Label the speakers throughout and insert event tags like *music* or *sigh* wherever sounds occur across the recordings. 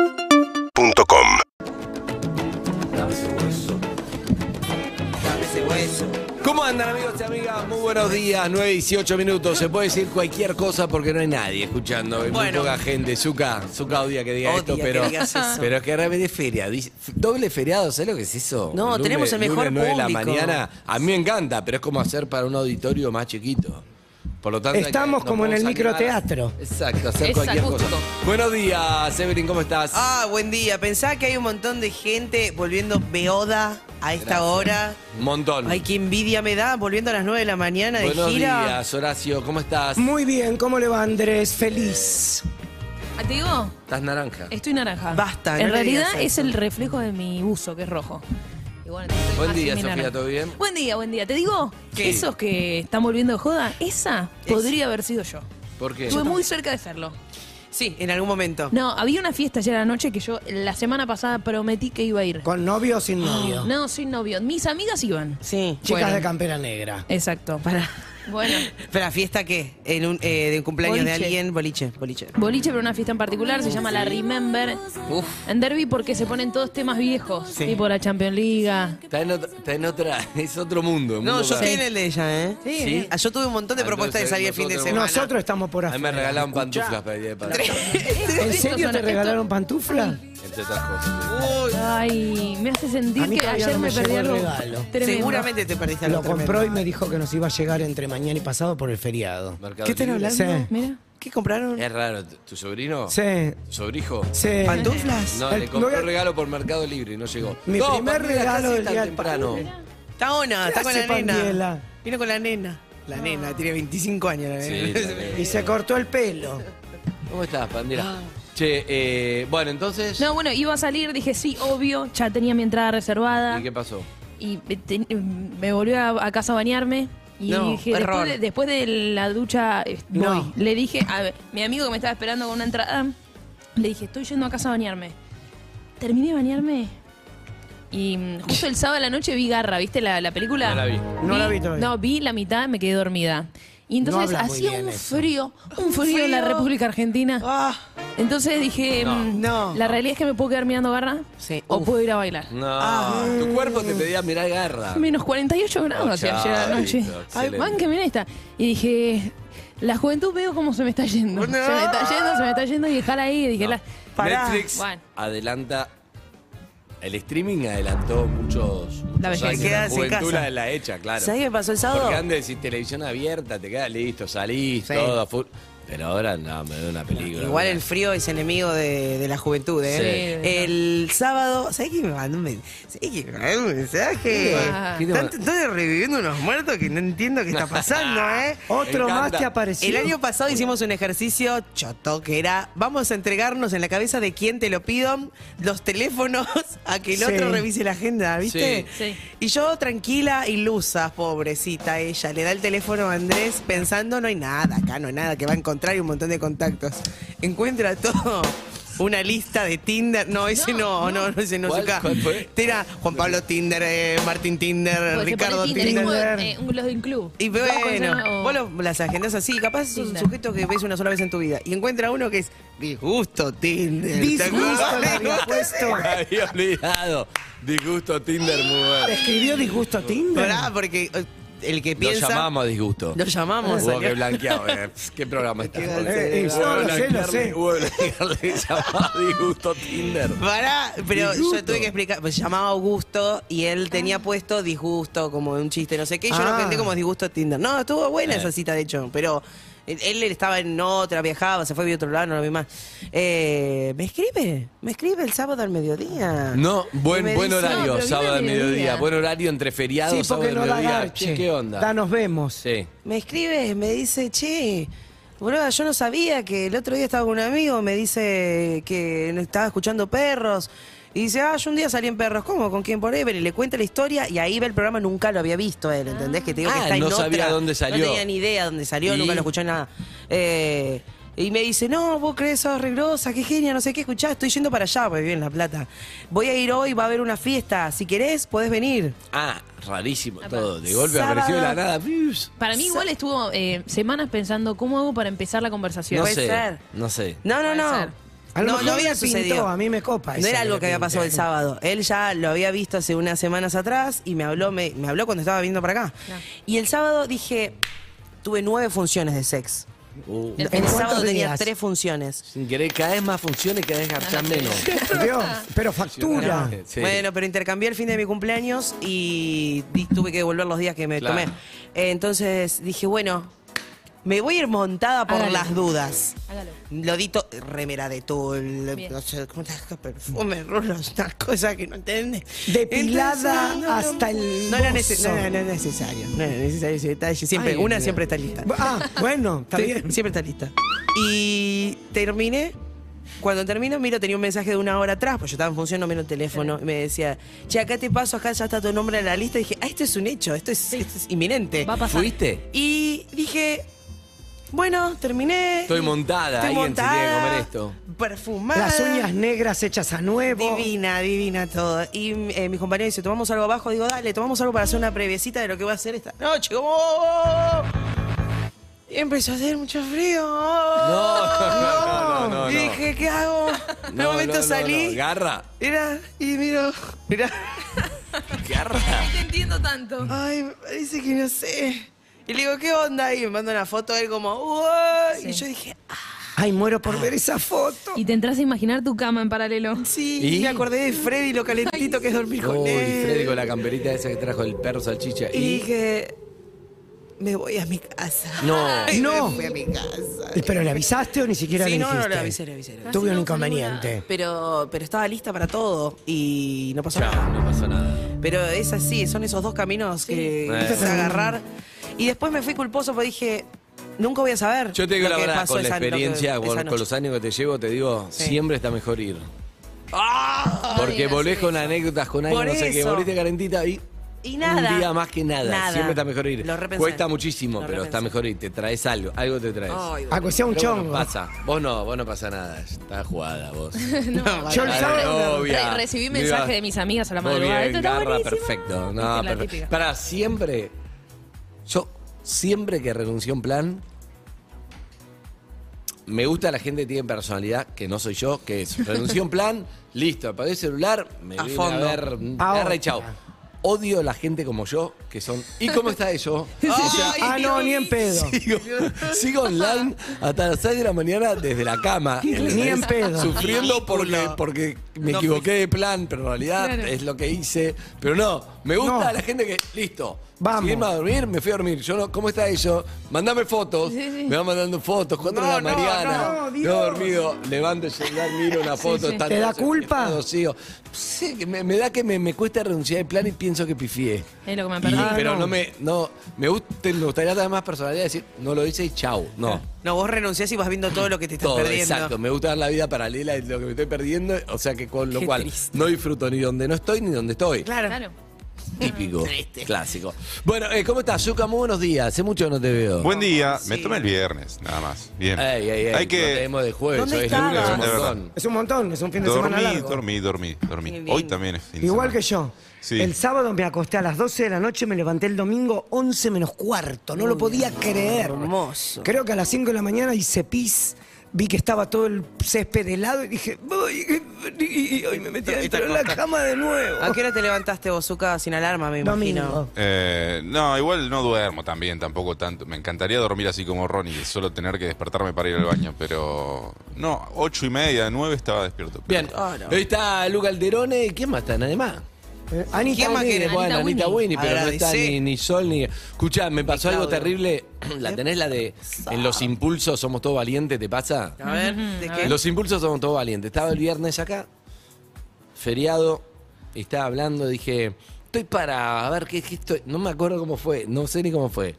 Speaker 1: UrbanaPlayFM.com
Speaker 2: Dame ese hueso. Dame ese hueso.
Speaker 3: ¿Cómo andan amigos y amigas? Muy buenos días, 9 y 18 minutos. Se puede decir cualquier cosa porque no hay nadie escuchando. Hay
Speaker 4: Bueno.
Speaker 3: muy poca gente. Zuka, Zuka odia que diga
Speaker 2: Odia
Speaker 3: esto,
Speaker 2: que
Speaker 3: pero,
Speaker 2: digas eso.
Speaker 3: pero es que realmente es feria. Dice- Doble feriado, ¿sabes lo que es eso?
Speaker 4: No, tenemos el mejor
Speaker 3: 9 de la
Speaker 4: público.
Speaker 3: mañana. A mí me encanta, pero es como hacer para un auditorio más chiquito. Por lo tanto, hay que-
Speaker 5: Estamos
Speaker 3: nos
Speaker 5: como en el
Speaker 3: podemos animar.
Speaker 5: microteatro.
Speaker 3: Exacto, hacer cualquier
Speaker 4: Exacto.
Speaker 3: cosa. Buenos días, Evelyn, ¿cómo estás?
Speaker 2: Ah, buen día. Pensaba que hay un montón de gente volviendo beoda a esta
Speaker 3: Gracias.
Speaker 2: hora.
Speaker 3: Un montón.
Speaker 2: Ay, qué envidia me da, volviendo a las 9 de la mañana de
Speaker 3: Buenos
Speaker 2: gira.
Speaker 3: días, Horacio, ¿cómo estás?
Speaker 5: Muy bien, ¿cómo le va Andrés? Feliz.
Speaker 6: Ah, Te digo,
Speaker 3: Estás naranja.
Speaker 6: estoy naranja.
Speaker 2: Basta,
Speaker 6: En
Speaker 2: no le digas
Speaker 6: realidad es
Speaker 2: eso.
Speaker 6: el reflejo de mi buzo, que es rojo. Y bueno, entonces
Speaker 3: Buen
Speaker 6: así
Speaker 3: día,
Speaker 6: me
Speaker 3: Sofía,
Speaker 6: naranja.
Speaker 3: ¿todo bien?
Speaker 6: Buen día, buen día. Te digo,
Speaker 3: ¿Qué?
Speaker 6: esos que están volviendo de joda, esa
Speaker 2: Es-
Speaker 6: podría haber sido yo.
Speaker 3: ¿Por qué?
Speaker 6: Estuve muy cerca de serlo.
Speaker 2: Sí, en algún momento.
Speaker 6: No, había una fiesta ayer anoche que yo la semana pasada prometí que iba a ir.
Speaker 5: ¿Con novio o sin novio?
Speaker 6: No, sin novio. Mis amigas iban.
Speaker 2: Sí.
Speaker 5: Chicas
Speaker 6: Bueno.
Speaker 5: de campera negra.
Speaker 6: Exacto, para. Bueno,
Speaker 2: ¿Pero la fiesta qué? En un, eh, ¿De un cumpleaños de
Speaker 6: Boliche.
Speaker 2: alguien? Boliche, boliche.
Speaker 6: boliche, pero una fiesta en particular, se llama la Remember.
Speaker 2: Uf.
Speaker 6: En Derby porque se ponen todos temas viejos, tipo la Champions League.
Speaker 3: Está en, otra, está en otra, *laughs* es otro mundo. un
Speaker 2: No,
Speaker 3: mundo
Speaker 2: yo
Speaker 3: para-
Speaker 2: estoy en el de ella, ¿eh?
Speaker 6: Sí.
Speaker 3: Sí.
Speaker 2: Ah, Yo tuve un montón de
Speaker 3: Ah,
Speaker 2: propuestas de
Speaker 3: entonces
Speaker 2: salir el fin de
Speaker 3: nosotros-
Speaker 2: semana.
Speaker 5: Nosotros estamos por
Speaker 3: A mí
Speaker 5: afuera.
Speaker 3: me regalaban pantuflas para ir de para
Speaker 5: ¿En serio te
Speaker 6: Estos son-
Speaker 5: regalaron pantufla?
Speaker 3: entre otras cosas.
Speaker 2: Uy,
Speaker 6: Ay, me hace
Speaker 5: A
Speaker 6: sentir
Speaker 5: mí
Speaker 6: que
Speaker 5: todavía
Speaker 6: ayer
Speaker 5: no me
Speaker 6: me perdí
Speaker 5: llegó el
Speaker 6: algo
Speaker 5: regalo.
Speaker 6: tremendo.
Speaker 2: Seguramente te perdiste algo
Speaker 5: Lo compró
Speaker 2: tremendo.
Speaker 5: y me dijo que nos iba a llegar entre mañana y pasado por el feriado.
Speaker 3: Mercado
Speaker 2: ¿Qué están
Speaker 3: Libre.
Speaker 2: hablando?
Speaker 5: Sí.
Speaker 6: Mira.
Speaker 2: ¿Qué compraron?
Speaker 3: Es raro, ¿tu tu sobrino?
Speaker 5: Sí,
Speaker 3: ¿Tu sobrijo?
Speaker 5: sí.
Speaker 2: ¿Pantuflas?
Speaker 3: No,
Speaker 5: El-
Speaker 3: le compró
Speaker 5: no voy a-
Speaker 3: regalo por Mercado Libre y no llegó.
Speaker 5: Mi
Speaker 3: No,
Speaker 5: primer
Speaker 3: Pamela,
Speaker 5: regalo
Speaker 3: casi
Speaker 5: del
Speaker 3: tan
Speaker 5: día del
Speaker 3: temprano.
Speaker 2: Está ona, está
Speaker 5: ¿Qué
Speaker 2: con la
Speaker 5: hace
Speaker 2: nena.
Speaker 5: Pandiela?
Speaker 2: Vino con la nena. La nena, tiene 25 años la
Speaker 3: Sí,
Speaker 2: nena.
Speaker 3: también.
Speaker 5: Y se cortó el pelo.
Speaker 3: ¿Cómo estás,
Speaker 5: Ah.
Speaker 3: Pandera? Che, eh, bueno, entonces.
Speaker 6: No, bueno, iba a salir, dije sí, obvio, ya tenía mi entrada reservada
Speaker 3: ¿Y qué pasó?
Speaker 6: y eh, te- me volví a, a casa a bañarme. Y
Speaker 2: No,
Speaker 6: dije,
Speaker 2: error.
Speaker 6: después de, después de la ducha, eh, voy.
Speaker 5: No.
Speaker 6: le dije a ver, mi amigo que me estaba esperando con una entrada, le dije, estoy yendo a casa a bañarme. Terminé de bañarme y mm, justo el sábado a la noche vi Garra, ¿viste la, la película?
Speaker 3: No la vi.
Speaker 5: No la vi todavía.
Speaker 6: No, vi la mitad, me quedé dormida. Y entonces
Speaker 5: habla muy
Speaker 6: hacía
Speaker 5: bien
Speaker 6: un
Speaker 5: eso.
Speaker 6: frío, un frío en la
Speaker 2: frío.
Speaker 6: República Argentina.
Speaker 2: Ah,
Speaker 6: Entonces dije,
Speaker 3: No.
Speaker 6: mm,
Speaker 2: No.
Speaker 6: la realidad es que me puedo quedar mirando garra
Speaker 2: Sí,
Speaker 6: o
Speaker 2: uf.
Speaker 6: puedo ir a bailar.
Speaker 3: No,
Speaker 5: Ah.
Speaker 3: tu cuerpo te pedía mirar garra.
Speaker 6: Menos 48 grados
Speaker 3: Oh,
Speaker 6: hacía ayer a la
Speaker 3: chavito,
Speaker 6: noche. Ay,
Speaker 3: excelente.
Speaker 6: bánqueme en esta. Y dije, la juventud veo cómo se me está yendo. Se me está yendo, se me está yendo y dejarla ahí. Dije,
Speaker 3: No. Eh,
Speaker 6: la-
Speaker 2: Pará.
Speaker 3: Netflix
Speaker 6: Bueno.
Speaker 3: adelanta. El streaming adelantó muchos. muchos
Speaker 6: La vejez.
Speaker 3: años.
Speaker 2: Te quedas en
Speaker 3: juventud
Speaker 2: casa.
Speaker 3: la- la hecha, claro.
Speaker 2: ¿Sabés qué me pasó el sábado?
Speaker 3: Porque antes decís televisión abierta, te quedas listo, salís,
Speaker 2: Sí.
Speaker 3: todo full. Pero ahora no, me da una película.
Speaker 2: Igual
Speaker 3: *laughs*
Speaker 2: el
Speaker 3: una-
Speaker 2: frío es enemigo de, de la juventud, ¿eh?
Speaker 6: Sí.
Speaker 2: El sábado, ¿sabés quién me mandó un mensaje? ¿Sabés quién me mandó un mensaje?
Speaker 6: Ah.
Speaker 3: ¿Qué te
Speaker 2: Tanto- Estoy reviviendo unos muertos que no entiendo qué está pasando, ¿eh?
Speaker 5: Otro
Speaker 3: Me
Speaker 5: más
Speaker 3: encanta.
Speaker 5: que apareció.
Speaker 2: El año pasado hicimos un ejercicio choto que era, vamos a entregarnos en la cabeza de quién te lo pido los teléfonos *laughs* a que el
Speaker 5: Sí.
Speaker 2: otro revise la agenda, ¿viste?
Speaker 6: Sí. Sí.
Speaker 2: Y yo tranquila, ilusa, pobrecita ella, le da el teléfono a Andrés pensando no hay nada, acá no hay nada, que va a encontrar y un montón de contactos. Encuentra todo. Una lista de Tinder. No, ese no, no, no, ese no
Speaker 3: ¿Cuál-
Speaker 2: acá.
Speaker 3: cuál fue?
Speaker 2: Era Juan Pablo Tinder, eh, Martín Tinder,
Speaker 6: Porque se
Speaker 2: Ricardo
Speaker 6: pone
Speaker 2: Tinder.
Speaker 6: es como, eh, un- los de un club.
Speaker 2: Y
Speaker 6: ¿Cómo se llama?
Speaker 2: bueno,
Speaker 6: O-
Speaker 2: vos lo- las agendas así, capaz sos un
Speaker 6: Tinder.
Speaker 2: sujeto que ves una sola vez en tu vida. Y encuentra uno que es disgusto Tinder. ¿te
Speaker 5: Disgusto
Speaker 2: acordás? *laughs*
Speaker 5: le había puesto.
Speaker 3: Me había olvidado. Disgusto Tinder, muy
Speaker 5: ¿Te
Speaker 3: bueno.
Speaker 5: escribió disgusto a Tinder?
Speaker 2: Pará, porque eh, el que
Speaker 3: Lo
Speaker 2: piensa.
Speaker 3: llamamos a disgusto.
Speaker 2: Lo llamamos.
Speaker 3: Hubo
Speaker 2: salió.
Speaker 3: que blanqueado. eh. ¿Qué
Speaker 2: *laughs*
Speaker 3: programa está?
Speaker 2: Queda el
Speaker 5: Eh, eh,
Speaker 3: Hubo
Speaker 5: no,
Speaker 3: que
Speaker 5: lo sé, lo sé.
Speaker 3: blanquearle- hubo que blanquearle, *laughs* llamado a disgusto Tinder.
Speaker 2: Pará, pero yo
Speaker 3: Disgusto.
Speaker 2: tuve que explicar. Pues llamaba Augusto y él tenía puesto disgusto, como de un chiste, no sé qué. y Yo lo
Speaker 5: Ah.
Speaker 2: canté como disgusto Tinder. No, estuvo buena
Speaker 3: Eh.
Speaker 2: esa cita, de hecho. Pero él, él estaba en otra, viajaba, se fue a otro lado, no lo vi más. Eh, me escribe, me escribe el sábado al mediodía.
Speaker 3: No,
Speaker 2: Y
Speaker 3: buen,
Speaker 2: me
Speaker 3: buen
Speaker 2: dice-
Speaker 3: horario,
Speaker 6: No, pero
Speaker 3: sábado al
Speaker 6: viene el
Speaker 3: mediodía.
Speaker 6: mediodía.
Speaker 3: Buen horario entre feriados,
Speaker 5: Sí,
Speaker 3: sábado
Speaker 5: porque
Speaker 3: al
Speaker 5: no da
Speaker 3: mediodía. Che,
Speaker 5: garche.
Speaker 3: ¿Qué onda?
Speaker 5: Da, nos vemos.
Speaker 3: Sí.
Speaker 2: Me escribe, me dice, che, boludo, yo no sabía que el otro día estaba con un amigo, me dice que no estaba escuchando perros. Y dice, ah, yo un día salí en perros, ¿cómo? ¿Con quién por Ever? Y le cuenta la historia y ahí ve el programa, nunca lo había visto él, ¿entendés? Que te digo
Speaker 3: Ah,
Speaker 2: que está en
Speaker 3: no sabía
Speaker 2: otra.
Speaker 3: dónde salió.
Speaker 2: No tenía ni idea dónde salió,
Speaker 3: Y-
Speaker 2: nunca lo escuché nada. Eh, Y me dice, no, vos crees, sos regrosa, qué genia, no sé qué, escuchá, estoy yendo para allá, porque vivo en La Plata. Voy a ir hoy, va a haber una fiesta, si querés, podés venir.
Speaker 3: Ah, rarísimo
Speaker 6: Apa.
Speaker 3: todo. De golpe
Speaker 2: Sábado.
Speaker 3: apareció de la nada. Pius.
Speaker 6: Para mí igual estuvo eh, semanas pensando cómo hago para empezar la conversación.
Speaker 3: No
Speaker 2: puede
Speaker 3: sé,
Speaker 2: ser.
Speaker 3: no sé.
Speaker 2: No, no,
Speaker 6: Puede
Speaker 2: no.
Speaker 6: ser.
Speaker 5: A lo
Speaker 2: no,
Speaker 5: mejor
Speaker 2: no había
Speaker 5: le pintó,
Speaker 2: sucedido.
Speaker 5: a mí me copa
Speaker 2: No
Speaker 5: eso
Speaker 2: era
Speaker 5: de
Speaker 2: algo que había
Speaker 5: repente.
Speaker 2: pasado el sábado. Él ya lo había visto hace unas semanas atrás y me habló, me, me habló cuando estaba viniendo para acá.
Speaker 6: Claro.
Speaker 2: Y el sábado dije, tuve nueve funciones de sex.
Speaker 3: Uh,
Speaker 6: El-
Speaker 2: El
Speaker 5: cuántos
Speaker 2: sábado tenía
Speaker 5: días?
Speaker 2: tres funciones.
Speaker 3: sin querer, cada vez más funciona y cada vez garchan menos.
Speaker 5: Dios, pero factura.
Speaker 3: Sí.
Speaker 2: Bueno, pero intercambié el fin de mi cumpleaños y di- tuve que devolver los días que me
Speaker 3: Claro.
Speaker 2: tomé. Eh, Entonces dije, bueno, me voy a ir montada por
Speaker 6: Hágalo.
Speaker 2: las dudas.
Speaker 6: Hágalo.
Speaker 2: Lo di to- remera de tul,
Speaker 6: Bien.
Speaker 2: no sé, ¿cómo te das? perfume, rulos, una cosa que no entiendes.
Speaker 5: Depilada
Speaker 2: Entonces, no, no,
Speaker 5: hasta el
Speaker 2: No era, nece-
Speaker 5: bozo.
Speaker 2: no, no, no era necesario, no era necesario ese detalle. Siempre,
Speaker 3: Ay,
Speaker 2: una
Speaker 3: mira.
Speaker 2: siempre está lista.
Speaker 5: Ah, bueno, está
Speaker 2: Te-
Speaker 5: bien.
Speaker 2: Siempre está lista. Y terminé. Cuando termino, miro, tenía un mensaje de una hora atrás, pues yo estaba en función, no miro el teléfono. y me decía, che, acá te paso, acá ya está tu nombre en la lista. Y dije, ah, esto es un hecho, esto es, esto es inminente.
Speaker 6: Va a pasar.
Speaker 3: ¿Fuiste?
Speaker 2: Y dije, bueno, terminé.
Speaker 3: Estoy montada,
Speaker 2: Estoy
Speaker 3: alguien se tiene que
Speaker 2: montada,
Speaker 3: comer esto.
Speaker 2: Perfumada.
Speaker 5: Las uñas negras hechas a nuevo.
Speaker 2: Divina, divina todo. Y eh, mis compañeros dicen, tomamos algo abajo. Digo, dale, tomamos algo para hacer una previecita de lo que voy a hacer esta noche. Como... "Oh". Y empezó a hacer mucho frío. Oh,
Speaker 3: *laughs* No, no, no, no, no.
Speaker 2: Y dije, ¿qué hago? En un
Speaker 3: No,
Speaker 2: momento
Speaker 3: no, no,
Speaker 2: salí.
Speaker 3: no. Garra,
Speaker 2: Mira, y miro, mira,
Speaker 3: garra.
Speaker 6: te entiendo tanto.
Speaker 2: ay, me parece que no sé. Y le digo, ¿qué onda? Y me manda una foto él como, "Uy". Y
Speaker 6: Sí.
Speaker 2: yo dije, ah,
Speaker 5: Ay, muero por ver esa foto.
Speaker 6: Y te entras a imaginar tu cama en paralelo.
Speaker 2: sí.
Speaker 3: ¿Y?
Speaker 2: me acordé de Freddy, lo calentito que es dormir con
Speaker 3: Uy,
Speaker 2: él.
Speaker 3: Freddy con la camperita esa que trajo el perro salchicha.
Speaker 2: Y dije, me voy a mi casa.
Speaker 3: No.
Speaker 2: Y *laughs*
Speaker 5: No.
Speaker 2: Me fui a mi casa.
Speaker 5: ¿Y ¿Pero le avisaste o ni siquiera
Speaker 2: Sí,
Speaker 5: le
Speaker 2: no,
Speaker 5: dijiste?
Speaker 2: no, le avisé, le avisé. le avisé.
Speaker 6: Tú-
Speaker 5: Tuve un
Speaker 6: No,
Speaker 5: inconveniente.
Speaker 2: Pero, pero estaba lista para todo y no pasó
Speaker 3: Chao,
Speaker 2: nada.
Speaker 3: no pasó nada.
Speaker 2: Pero es así, son esos dos caminos que empecé a agarrar. Y después me fui culposo porque dije, nunca voy a saber.
Speaker 3: Yo te digo la
Speaker 2: lo que
Speaker 3: verdad,
Speaker 2: pasó
Speaker 3: con la
Speaker 2: esa- lo que-
Speaker 3: experiencia,
Speaker 2: esa
Speaker 3: con, con
Speaker 2: noche.
Speaker 3: los años que te llevo, te digo,
Speaker 2: Sí.
Speaker 3: siempre está mejor ir.
Speaker 2: ¡Ah!
Speaker 3: Porque
Speaker 6: digas
Speaker 3: volvés con
Speaker 6: eso.
Speaker 3: anécdotas, con algo,
Speaker 2: Por
Speaker 3: no sé qué,
Speaker 2: eso.
Speaker 3: volviste calentita y...
Speaker 2: Y nada.
Speaker 3: Un día más que nada.
Speaker 2: Nada.
Speaker 3: Siempre está mejor ir.
Speaker 2: Lo repensé.
Speaker 3: Cuesta muchísimo,
Speaker 2: Lo
Speaker 3: pero está
Speaker 2: repensé.
Speaker 3: mejor ir. Te traes algo, algo te traes.
Speaker 2: Ay,
Speaker 5: A Ah, que sea un
Speaker 3: Pero vos no
Speaker 5: chongo.
Speaker 3: pasa. Vos no, vos no pasa nada. Está jugada vos. *laughs*
Speaker 6: No,
Speaker 5: Yo el
Speaker 6: re-
Speaker 5: sábado-
Speaker 6: re- recibí mensaje de mis amigas a la madrugada.
Speaker 3: Muy
Speaker 6: Esto
Speaker 3: bien,
Speaker 6: está
Speaker 3: garra,
Speaker 6: buenísimo.
Speaker 3: perfecto.
Speaker 6: Viste,
Speaker 3: No,
Speaker 6: la
Speaker 3: perfecto.
Speaker 6: típica.
Speaker 3: Para siempre. Yo siempre que renuncio a un plan. Me gusta la gente que tiene personalidad, que no soy yo, que
Speaker 6: *laughs*
Speaker 3: es renunció a un plan, listo, apagué el celular, me
Speaker 2: A
Speaker 3: vine
Speaker 2: fondo.
Speaker 3: a ver,
Speaker 5: Ahora.
Speaker 3: garra y chao. Odio a la gente como yo, que son, ¿y cómo está
Speaker 6: *laughs*
Speaker 3: eso?
Speaker 2: Ay,
Speaker 5: Ah, no, ni en pedo.
Speaker 3: Sigo, sigo online hasta las 6 de la mañana desde la cama. ¿entendés?
Speaker 5: Ni en pedo.
Speaker 3: Sufriendo porque,
Speaker 2: Ridículo.
Speaker 3: porque me
Speaker 2: No pues.
Speaker 3: equivoqué de plan, pero en realidad
Speaker 6: Claro.
Speaker 3: es lo que hice. Pero no, me gusta
Speaker 5: No.
Speaker 3: la gente que, listo,
Speaker 5: Vamos.
Speaker 3: si irme a dormir, me fui a dormir. Yo no, ¿Cómo está eso? Mandame fotos.
Speaker 6: Sí, sí.
Speaker 3: Me va mandando fotos, 4 de la
Speaker 5: no,
Speaker 3: mañana.
Speaker 5: no,
Speaker 3: he
Speaker 5: Dios.
Speaker 3: dormido, levanto el celular, miro una foto.
Speaker 6: sí.
Speaker 3: está
Speaker 5: ¿Te
Speaker 3: todo
Speaker 5: da culpa?
Speaker 3: enchufado, sigo. Sí, que me, me da que me, me cuesta renunciar de plan y pienso que pifié.
Speaker 6: Es lo que me
Speaker 3: Y-
Speaker 6: perdí.
Speaker 3: pero
Speaker 5: no.
Speaker 3: no me, no, me, gust- me gustaría dar más personalidad y decir, no lo hice y chau. No.
Speaker 2: No, vos renunciás y vas viendo todo lo que te estás
Speaker 3: Todo,
Speaker 2: Ah, perdiendo.
Speaker 3: exacto. Me gusta dar la vida paralela y lo que me estoy perdiendo. O sea que con lo
Speaker 2: Qué
Speaker 3: cual
Speaker 2: triste.
Speaker 3: no disfruto ni donde no estoy ni donde estoy.
Speaker 2: Claro.
Speaker 6: Claro.
Speaker 3: Típico. Clásico. Bueno, eh, ¿cómo estás, Zuka? Muy buenos días. Hace mucho que no te veo.
Speaker 1: Buen día,
Speaker 5: Ah,
Speaker 1: me
Speaker 2: sí.
Speaker 1: tomé el viernes, nada más. Bien.
Speaker 3: Ey, ey, ey,
Speaker 1: Hay que
Speaker 3: nos vemos de jueves.
Speaker 2: ¿Dónde
Speaker 3: hoy es
Speaker 2: estabas?
Speaker 3: lunes, un
Speaker 1: De verdad.
Speaker 3: montón.
Speaker 5: Es un montón, es un fin de semana
Speaker 1: dormí,
Speaker 5: largo.
Speaker 1: dormí, dormí, dormí.
Speaker 2: Bien, bien.
Speaker 1: Hoy también es fin de
Speaker 5: Igual
Speaker 1: semana.
Speaker 5: que yo.
Speaker 1: Sí.
Speaker 5: El sábado me acosté a las 12 de la noche, me levanté el domingo 11 menos cuarto. No lo podía creer.
Speaker 2: Hermoso.
Speaker 5: Creo que a las 5 de la mañana hice pis, vi que estaba todo el césped helado y dije, "Voy, qué frío", y me metí adentro en la cama de nuevo.
Speaker 2: ¿A Ah, qué hora te levantaste vos, Zuka, sin alarma, me imagino?
Speaker 5: Domingo.
Speaker 1: Eh, no, igual no duermo también, tampoco tanto. Me encantaría dormir así como Ronnie, solo tener que despertarme para ir al baño, pero no, ocho y media, nueve estaba despierto. pero-
Speaker 3: Bien.
Speaker 5: Ah,
Speaker 3: Hoy está Luca Alderone. ¿Y quién más está? Nadie más.
Speaker 5: Eh, Anita,
Speaker 2: ¿Quién más
Speaker 5: Anita,
Speaker 2: quiere?
Speaker 3: Bueno, Anita
Speaker 6: Anita
Speaker 3: Winnie,
Speaker 6: Winnie.
Speaker 3: pero no está
Speaker 2: Agradecé.
Speaker 3: ni, ni Sol ni. Escuchá, me pasó
Speaker 2: Ni
Speaker 3: algo
Speaker 2: Claudio.
Speaker 3: terrible. *clears throat* La tenés la de. En los impulsos somos todos valientes, ¿te pasa?
Speaker 2: A ver, ¿de
Speaker 6: A
Speaker 2: qué?
Speaker 3: Los impulsos somos todos valientes. Estaba el viernes acá, feriado, y estaba hablando, dije, estoy para, a ver qué, qué estoy. No me acuerdo cómo fue, no sé ni cómo fue.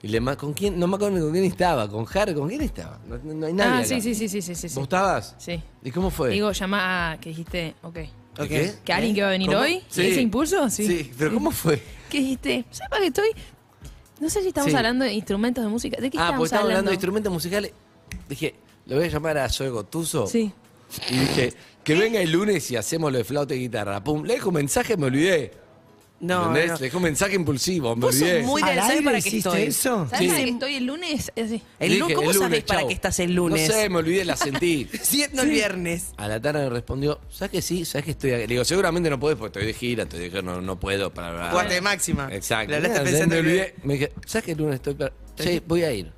Speaker 3: Y le ma- con quién, no me acuerdo ni con quién estaba, con Harry, ¿con quién estaba? No, no hay nadie.
Speaker 6: Ah,
Speaker 3: acá.
Speaker 6: sí, sí, sí, sí, sí, sí. sí.
Speaker 3: ¿Vos estabas?
Speaker 6: Sí.
Speaker 3: ¿Y cómo fue?
Speaker 6: Digo, llama a que dijiste, ok.
Speaker 3: ¿De
Speaker 2: Ok.
Speaker 3: qué?
Speaker 6: ¿Que alguien que va a venir
Speaker 3: ¿Eh? ¿Cómo?
Speaker 6: hoy?
Speaker 3: Sí.
Speaker 6: ¿Ese impulso? Sí.
Speaker 3: Sí, pero ¿cómo fue?
Speaker 6: ¿Qué dijiste? ¿Sabes para qué estoy? No sé si estamos
Speaker 3: Sí.
Speaker 6: hablando de instrumentos de música. ¿De qué
Speaker 3: Ah,
Speaker 6: estamos
Speaker 3: porque estaba hablando
Speaker 6: hablando?
Speaker 3: de instrumentos musicales. Dije, lo voy a llamar a Zoe Gotuso.
Speaker 6: Sí.
Speaker 3: Y dije, que venga el lunes y hacemos lo de flauta y guitarra. Pum, le dejo un mensaje, me olvidé.
Speaker 2: No,
Speaker 3: ¿Entendés?
Speaker 2: no.
Speaker 3: Le dejo un mensaje impulsivo, me
Speaker 2: Vos sos
Speaker 3: olvidé.
Speaker 2: muy-
Speaker 5: ¿Al
Speaker 2: ¿sabes
Speaker 5: aire
Speaker 2: para qué
Speaker 5: hiciste
Speaker 2: estoy?
Speaker 5: eso?
Speaker 6: ¿Sabes
Speaker 3: Sí.
Speaker 6: para que estoy el lunes? Es así.
Speaker 2: El
Speaker 3: Le
Speaker 2: lu-
Speaker 3: dije,
Speaker 2: ¿Cómo
Speaker 3: el lunes,
Speaker 2: sabés para
Speaker 3: chau.
Speaker 2: qué estás el lunes?
Speaker 3: No sé, me olvidé, la sentí.
Speaker 2: *laughs* Siendo el viernes.
Speaker 3: A la tarde me respondió, ¿sabes que sí? ¿Sabes que estoy acá? Le digo, seguramente no podés porque estoy de gira, estoy de gira, no, no puedo. Para, para-
Speaker 2: Jugaste de máxima.
Speaker 3: Ah, Exacto.
Speaker 2: Le hablaste
Speaker 3: Ah,
Speaker 2: pensando
Speaker 3: me
Speaker 2: que-
Speaker 3: olvidé. Me dije, ¿sabes que el lunes estoy? para- Sí, voy a ir.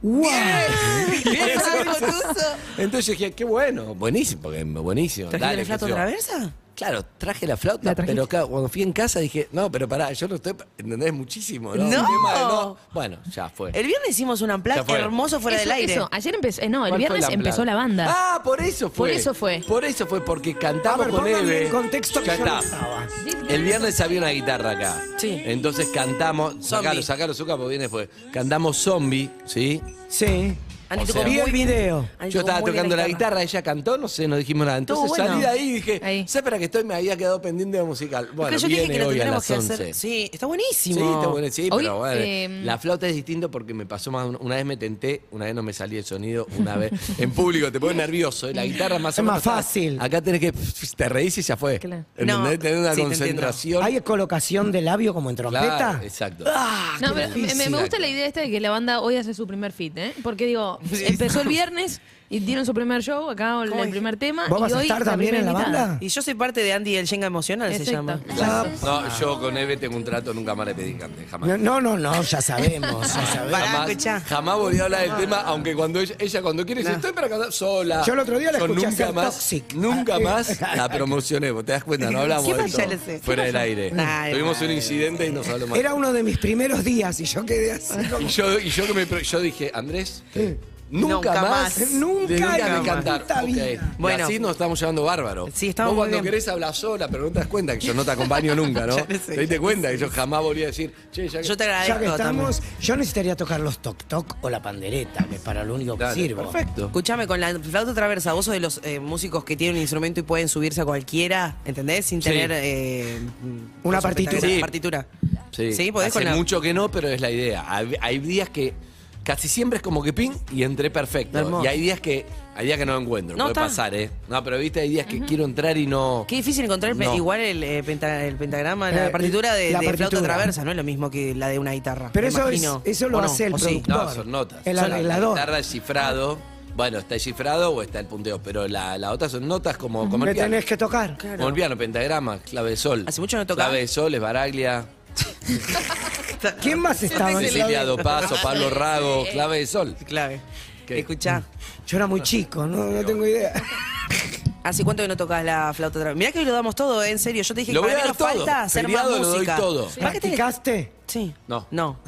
Speaker 5: ¡Wow!
Speaker 3: *laughs* Entonces dije, qué bueno, buenísimo, porque- buenísimo.
Speaker 2: ¿Trajiste
Speaker 3: dale,
Speaker 2: el flato
Speaker 3: qué sé yo.
Speaker 2: traversa?
Speaker 3: Claro, traje la flauta,
Speaker 6: ¿La trajiste?
Speaker 3: pero ca- cuando fui en casa dije, no, pero pará, yo no estoy, pa- ¿entendés? Muchísimo, ¿no?
Speaker 2: No.
Speaker 3: Qué mal, no. Bueno, ya fue.
Speaker 2: El viernes hicimos un
Speaker 3: Ya
Speaker 2: unplugged
Speaker 3: fue.
Speaker 2: hermoso fuera
Speaker 6: Eso-
Speaker 2: del aire.
Speaker 6: eso. Ayer empezó. eh, no,
Speaker 3: ¿Cuál
Speaker 6: el
Speaker 3: fue
Speaker 6: viernes
Speaker 3: plan?
Speaker 6: empezó la banda.
Speaker 3: Ah, por eso fue.
Speaker 6: Por eso fue.
Speaker 3: Por eso fue, porque
Speaker 5: A
Speaker 3: cantamos
Speaker 5: ver,
Speaker 3: con
Speaker 5: póngame
Speaker 3: Eve.
Speaker 5: en contexto que
Speaker 3: ya
Speaker 5: yo no
Speaker 3: está.
Speaker 5: estaba.
Speaker 3: El viernes había una guitarra acá.
Speaker 2: Sí.
Speaker 3: Entonces cantamos. Sacalo,
Speaker 2: Zombie.
Speaker 3: sacalo, Zucca, porque viene después. Cantamos Zombie, ¿sí?
Speaker 5: Sí.
Speaker 2: Ani
Speaker 3: O
Speaker 2: tocó
Speaker 3: sea,
Speaker 5: Vi
Speaker 2: muy
Speaker 5: el
Speaker 2: bien.
Speaker 5: video.
Speaker 2: Ani
Speaker 3: Yo
Speaker 2: tocó
Speaker 3: estaba
Speaker 2: muy bien
Speaker 3: tocando la guitarra, ella cantó, no sé, no dijimos nada. Entonces
Speaker 2: Estuvo bueno.
Speaker 3: salí de ahí y dije,
Speaker 6: Ahí.
Speaker 3: ¿sabes para qué estoy? Me había quedado pendiente de musical. Bueno,
Speaker 2: Porque yo
Speaker 3: viene
Speaker 2: dije que lo
Speaker 3: hoy a
Speaker 2: tendríamos
Speaker 3: las
Speaker 2: que
Speaker 3: 11.
Speaker 2: hacer.
Speaker 3: Sí,
Speaker 2: Sí, em, está buenísimo.
Speaker 3: está bueno, sí,
Speaker 6: Hoy,
Speaker 3: pero bueno.
Speaker 6: eh,
Speaker 3: la flauta es distinto porque me pasó más. de un- Una vez me tenté, una vez no me salía el sonido, una
Speaker 2: *laughs*
Speaker 3: vez. En público te pones nervioso, ¿eh? la guitarra más o
Speaker 5: Es más
Speaker 3: menos está-
Speaker 5: fácil.
Speaker 3: Acá tenés que. Te reís y ya fue.
Speaker 6: Claro.
Speaker 3: ¿Entendés?
Speaker 2: No,
Speaker 3: Tenés una
Speaker 2: sí, te entiendo.
Speaker 3: concentración.
Speaker 5: ¿Hay colocación de labio como en
Speaker 3: Claro,
Speaker 5: trompeta?
Speaker 3: exacto.
Speaker 5: Ah,
Speaker 6: No,
Speaker 5: qué
Speaker 6: pero me- me,
Speaker 5: difícil.
Speaker 6: me gusta la idea esta de que la banda hoy hace su primer fit, ¿eh? Porque digo, empezó el viernes y dieron su primer show, acá el, el primer tema.
Speaker 5: ¿Vos
Speaker 6: y
Speaker 5: vas a
Speaker 6: hoy
Speaker 5: estar
Speaker 6: la
Speaker 5: también en
Speaker 6: primera
Speaker 5: la
Speaker 6: invitada.
Speaker 5: banda?
Speaker 2: Y yo soy parte de Andy y el Jenga Emocional, se
Speaker 6: Exacto.
Speaker 2: llama.
Speaker 5: Ah,
Speaker 3: No, yo con Eve tengo un trato, nunca más le pedí cante, jamás.
Speaker 5: No, no, no, no, ya sabemos,
Speaker 2: *laughs*
Speaker 5: ya sabemos.
Speaker 2: Pará, escuchá.
Speaker 3: jamás, jamás volví a hablar del tema, aunque cuando ella, ella cuando quiere dice, estoy para cantar sola.
Speaker 5: Yo el otro día la
Speaker 3: Yo
Speaker 5: escuché
Speaker 3: nunca
Speaker 5: hacer
Speaker 3: más,
Speaker 5: Toxic.
Speaker 3: Nunca más la promocioné, vos te das cuenta, no hablamos
Speaker 2: Ah, ¿Qué
Speaker 3: de
Speaker 2: pasó?
Speaker 3: esto
Speaker 2: Ya lo sé.
Speaker 3: fuera del aire.
Speaker 2: Ay,
Speaker 3: Tuvimos
Speaker 2: madre.
Speaker 3: un incidente y nos hablamos.
Speaker 5: Era uno de mis primeros días y yo quedé así.
Speaker 3: y yo, y yo, que me, pro- yo dije, Andrés, nunca,
Speaker 2: Nunca
Speaker 3: más,
Speaker 2: más.
Speaker 3: de
Speaker 5: Nunca en
Speaker 3: de
Speaker 5: mi
Speaker 3: cantar.
Speaker 5: puta
Speaker 3: Ok.
Speaker 5: vida.
Speaker 3: Y
Speaker 2: Bueno.
Speaker 3: así nos estamos llevando bárbaro.
Speaker 2: Sí, estamos
Speaker 3: Vos
Speaker 2: muy
Speaker 3: cuando
Speaker 2: bien.
Speaker 3: querés hablar sola, pero no te das cuenta que yo no te acompaño nunca, ¿no?
Speaker 2: *laughs* Ya lo sé,
Speaker 3: te diste cuenta que yo jamás volví a decir, che, ya que-
Speaker 2: Yo te agradezco
Speaker 5: Ya que
Speaker 2: también.
Speaker 5: estamos, yo necesitaría tocar los toc toc o la pandereta, que es para lo único que
Speaker 3: Dale,
Speaker 5: sirvo.
Speaker 3: Perfecto.
Speaker 2: Escuchame, con la flauta traversa, vos sos de los eh, músicos que tienen un instrumento y pueden subirse a cualquiera, ¿entendés? Sin
Speaker 3: Sí.
Speaker 2: tener eh,
Speaker 5: Una
Speaker 2: cosa
Speaker 5: partitura.
Speaker 2: espectacular,
Speaker 3: Sí.
Speaker 2: partitura.
Speaker 3: Sí,
Speaker 2: podés
Speaker 3: Hace
Speaker 2: con la-
Speaker 3: mucho que no, pero es la idea. Hay, hay días que casi siempre es como que ping y entré perfecto.
Speaker 2: Hermoso.
Speaker 3: Y hay días que hay días que no encuentro.
Speaker 2: No,
Speaker 3: Puede
Speaker 2: está.
Speaker 3: pasar, ¿eh? No, pero viste, hay días que quiero entrar y no.
Speaker 2: Qué difícil encontrar el pe-
Speaker 3: No.
Speaker 2: igual el, eh, penta- el pentagrama,
Speaker 5: Eh,
Speaker 2: la partitura de,
Speaker 5: la
Speaker 2: de flauta
Speaker 5: partitura.
Speaker 2: traversa, no es lo mismo que la de una guitarra.
Speaker 5: Pero
Speaker 2: me
Speaker 5: eso, es-
Speaker 2: imagino.
Speaker 5: eso
Speaker 2: ¿O
Speaker 5: lo
Speaker 2: no?
Speaker 5: hace el
Speaker 2: ¿O sí?
Speaker 5: productor.
Speaker 3: No, son notas.
Speaker 5: El
Speaker 3: Son-
Speaker 5: arreglador.
Speaker 3: La guitarra es cifrado. Bueno, está cifrado o está el punteo, pero la, la otra son notas como, como
Speaker 5: Me
Speaker 3: el piano.
Speaker 5: tenés que tocar.
Speaker 3: Como el piano, pentagrama, clave de sol.
Speaker 2: Hace mucho no tocaba.
Speaker 3: Clave de sol, es Baraglia,
Speaker 5: ¿Quién más estaba en
Speaker 3: Cecilia
Speaker 5: clave?
Speaker 3: Dopazo, Pablo Rago, clave de sol.
Speaker 2: Clave.
Speaker 3: ¿Qué?
Speaker 2: Escuchá,
Speaker 5: Yo era muy chico, no, no tengo idea.
Speaker 2: ¿hace cuánto que no tocas la flauta traversa? Mirá que hoy lo damos todo, eh, en serio. Yo te dije
Speaker 3: Lo
Speaker 2: que
Speaker 3: voy a dar
Speaker 2: para mí nos
Speaker 3: todo.
Speaker 2: falta hacer
Speaker 3: Feriado
Speaker 2: más
Speaker 3: lo doy
Speaker 2: música.
Speaker 3: todo.
Speaker 2: Más que tenés-
Speaker 5: ¿Practicaste?
Speaker 2: Sí.
Speaker 3: No.
Speaker 2: No.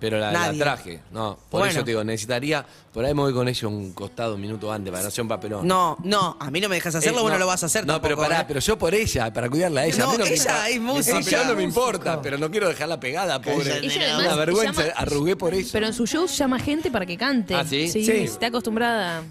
Speaker 3: Pero la, la
Speaker 2: Nadie.
Speaker 3: traje, no. Por
Speaker 2: Bueno.
Speaker 3: eso te digo, necesitaría. Por ahí me voy con ella un costado un minuto antes para no ser un papelón.
Speaker 2: No, no, a mí no me dejas hacerlo,
Speaker 3: Eh,
Speaker 2: vos no
Speaker 3: no.
Speaker 2: lo vas a hacer
Speaker 3: No,
Speaker 2: tampoco,
Speaker 3: pero pará,
Speaker 2: ¿eh?
Speaker 3: pero yo por ella, para cuidarla a ella.
Speaker 2: No,
Speaker 3: a mí me
Speaker 2: ella
Speaker 3: importa.
Speaker 2: es
Speaker 3: Mi
Speaker 2: música.
Speaker 3: papelón no me
Speaker 5: Músico.
Speaker 3: importa, pero no quiero dejarla pegada, pobre.
Speaker 6: Ella además
Speaker 3: Una vergüenza,
Speaker 6: llama-
Speaker 3: arrugué por eso.
Speaker 6: Pero en su show llama gente para que cante.
Speaker 3: ¿Ah, sí?
Speaker 6: Sí,
Speaker 5: Sí.
Speaker 6: está acostumbrada.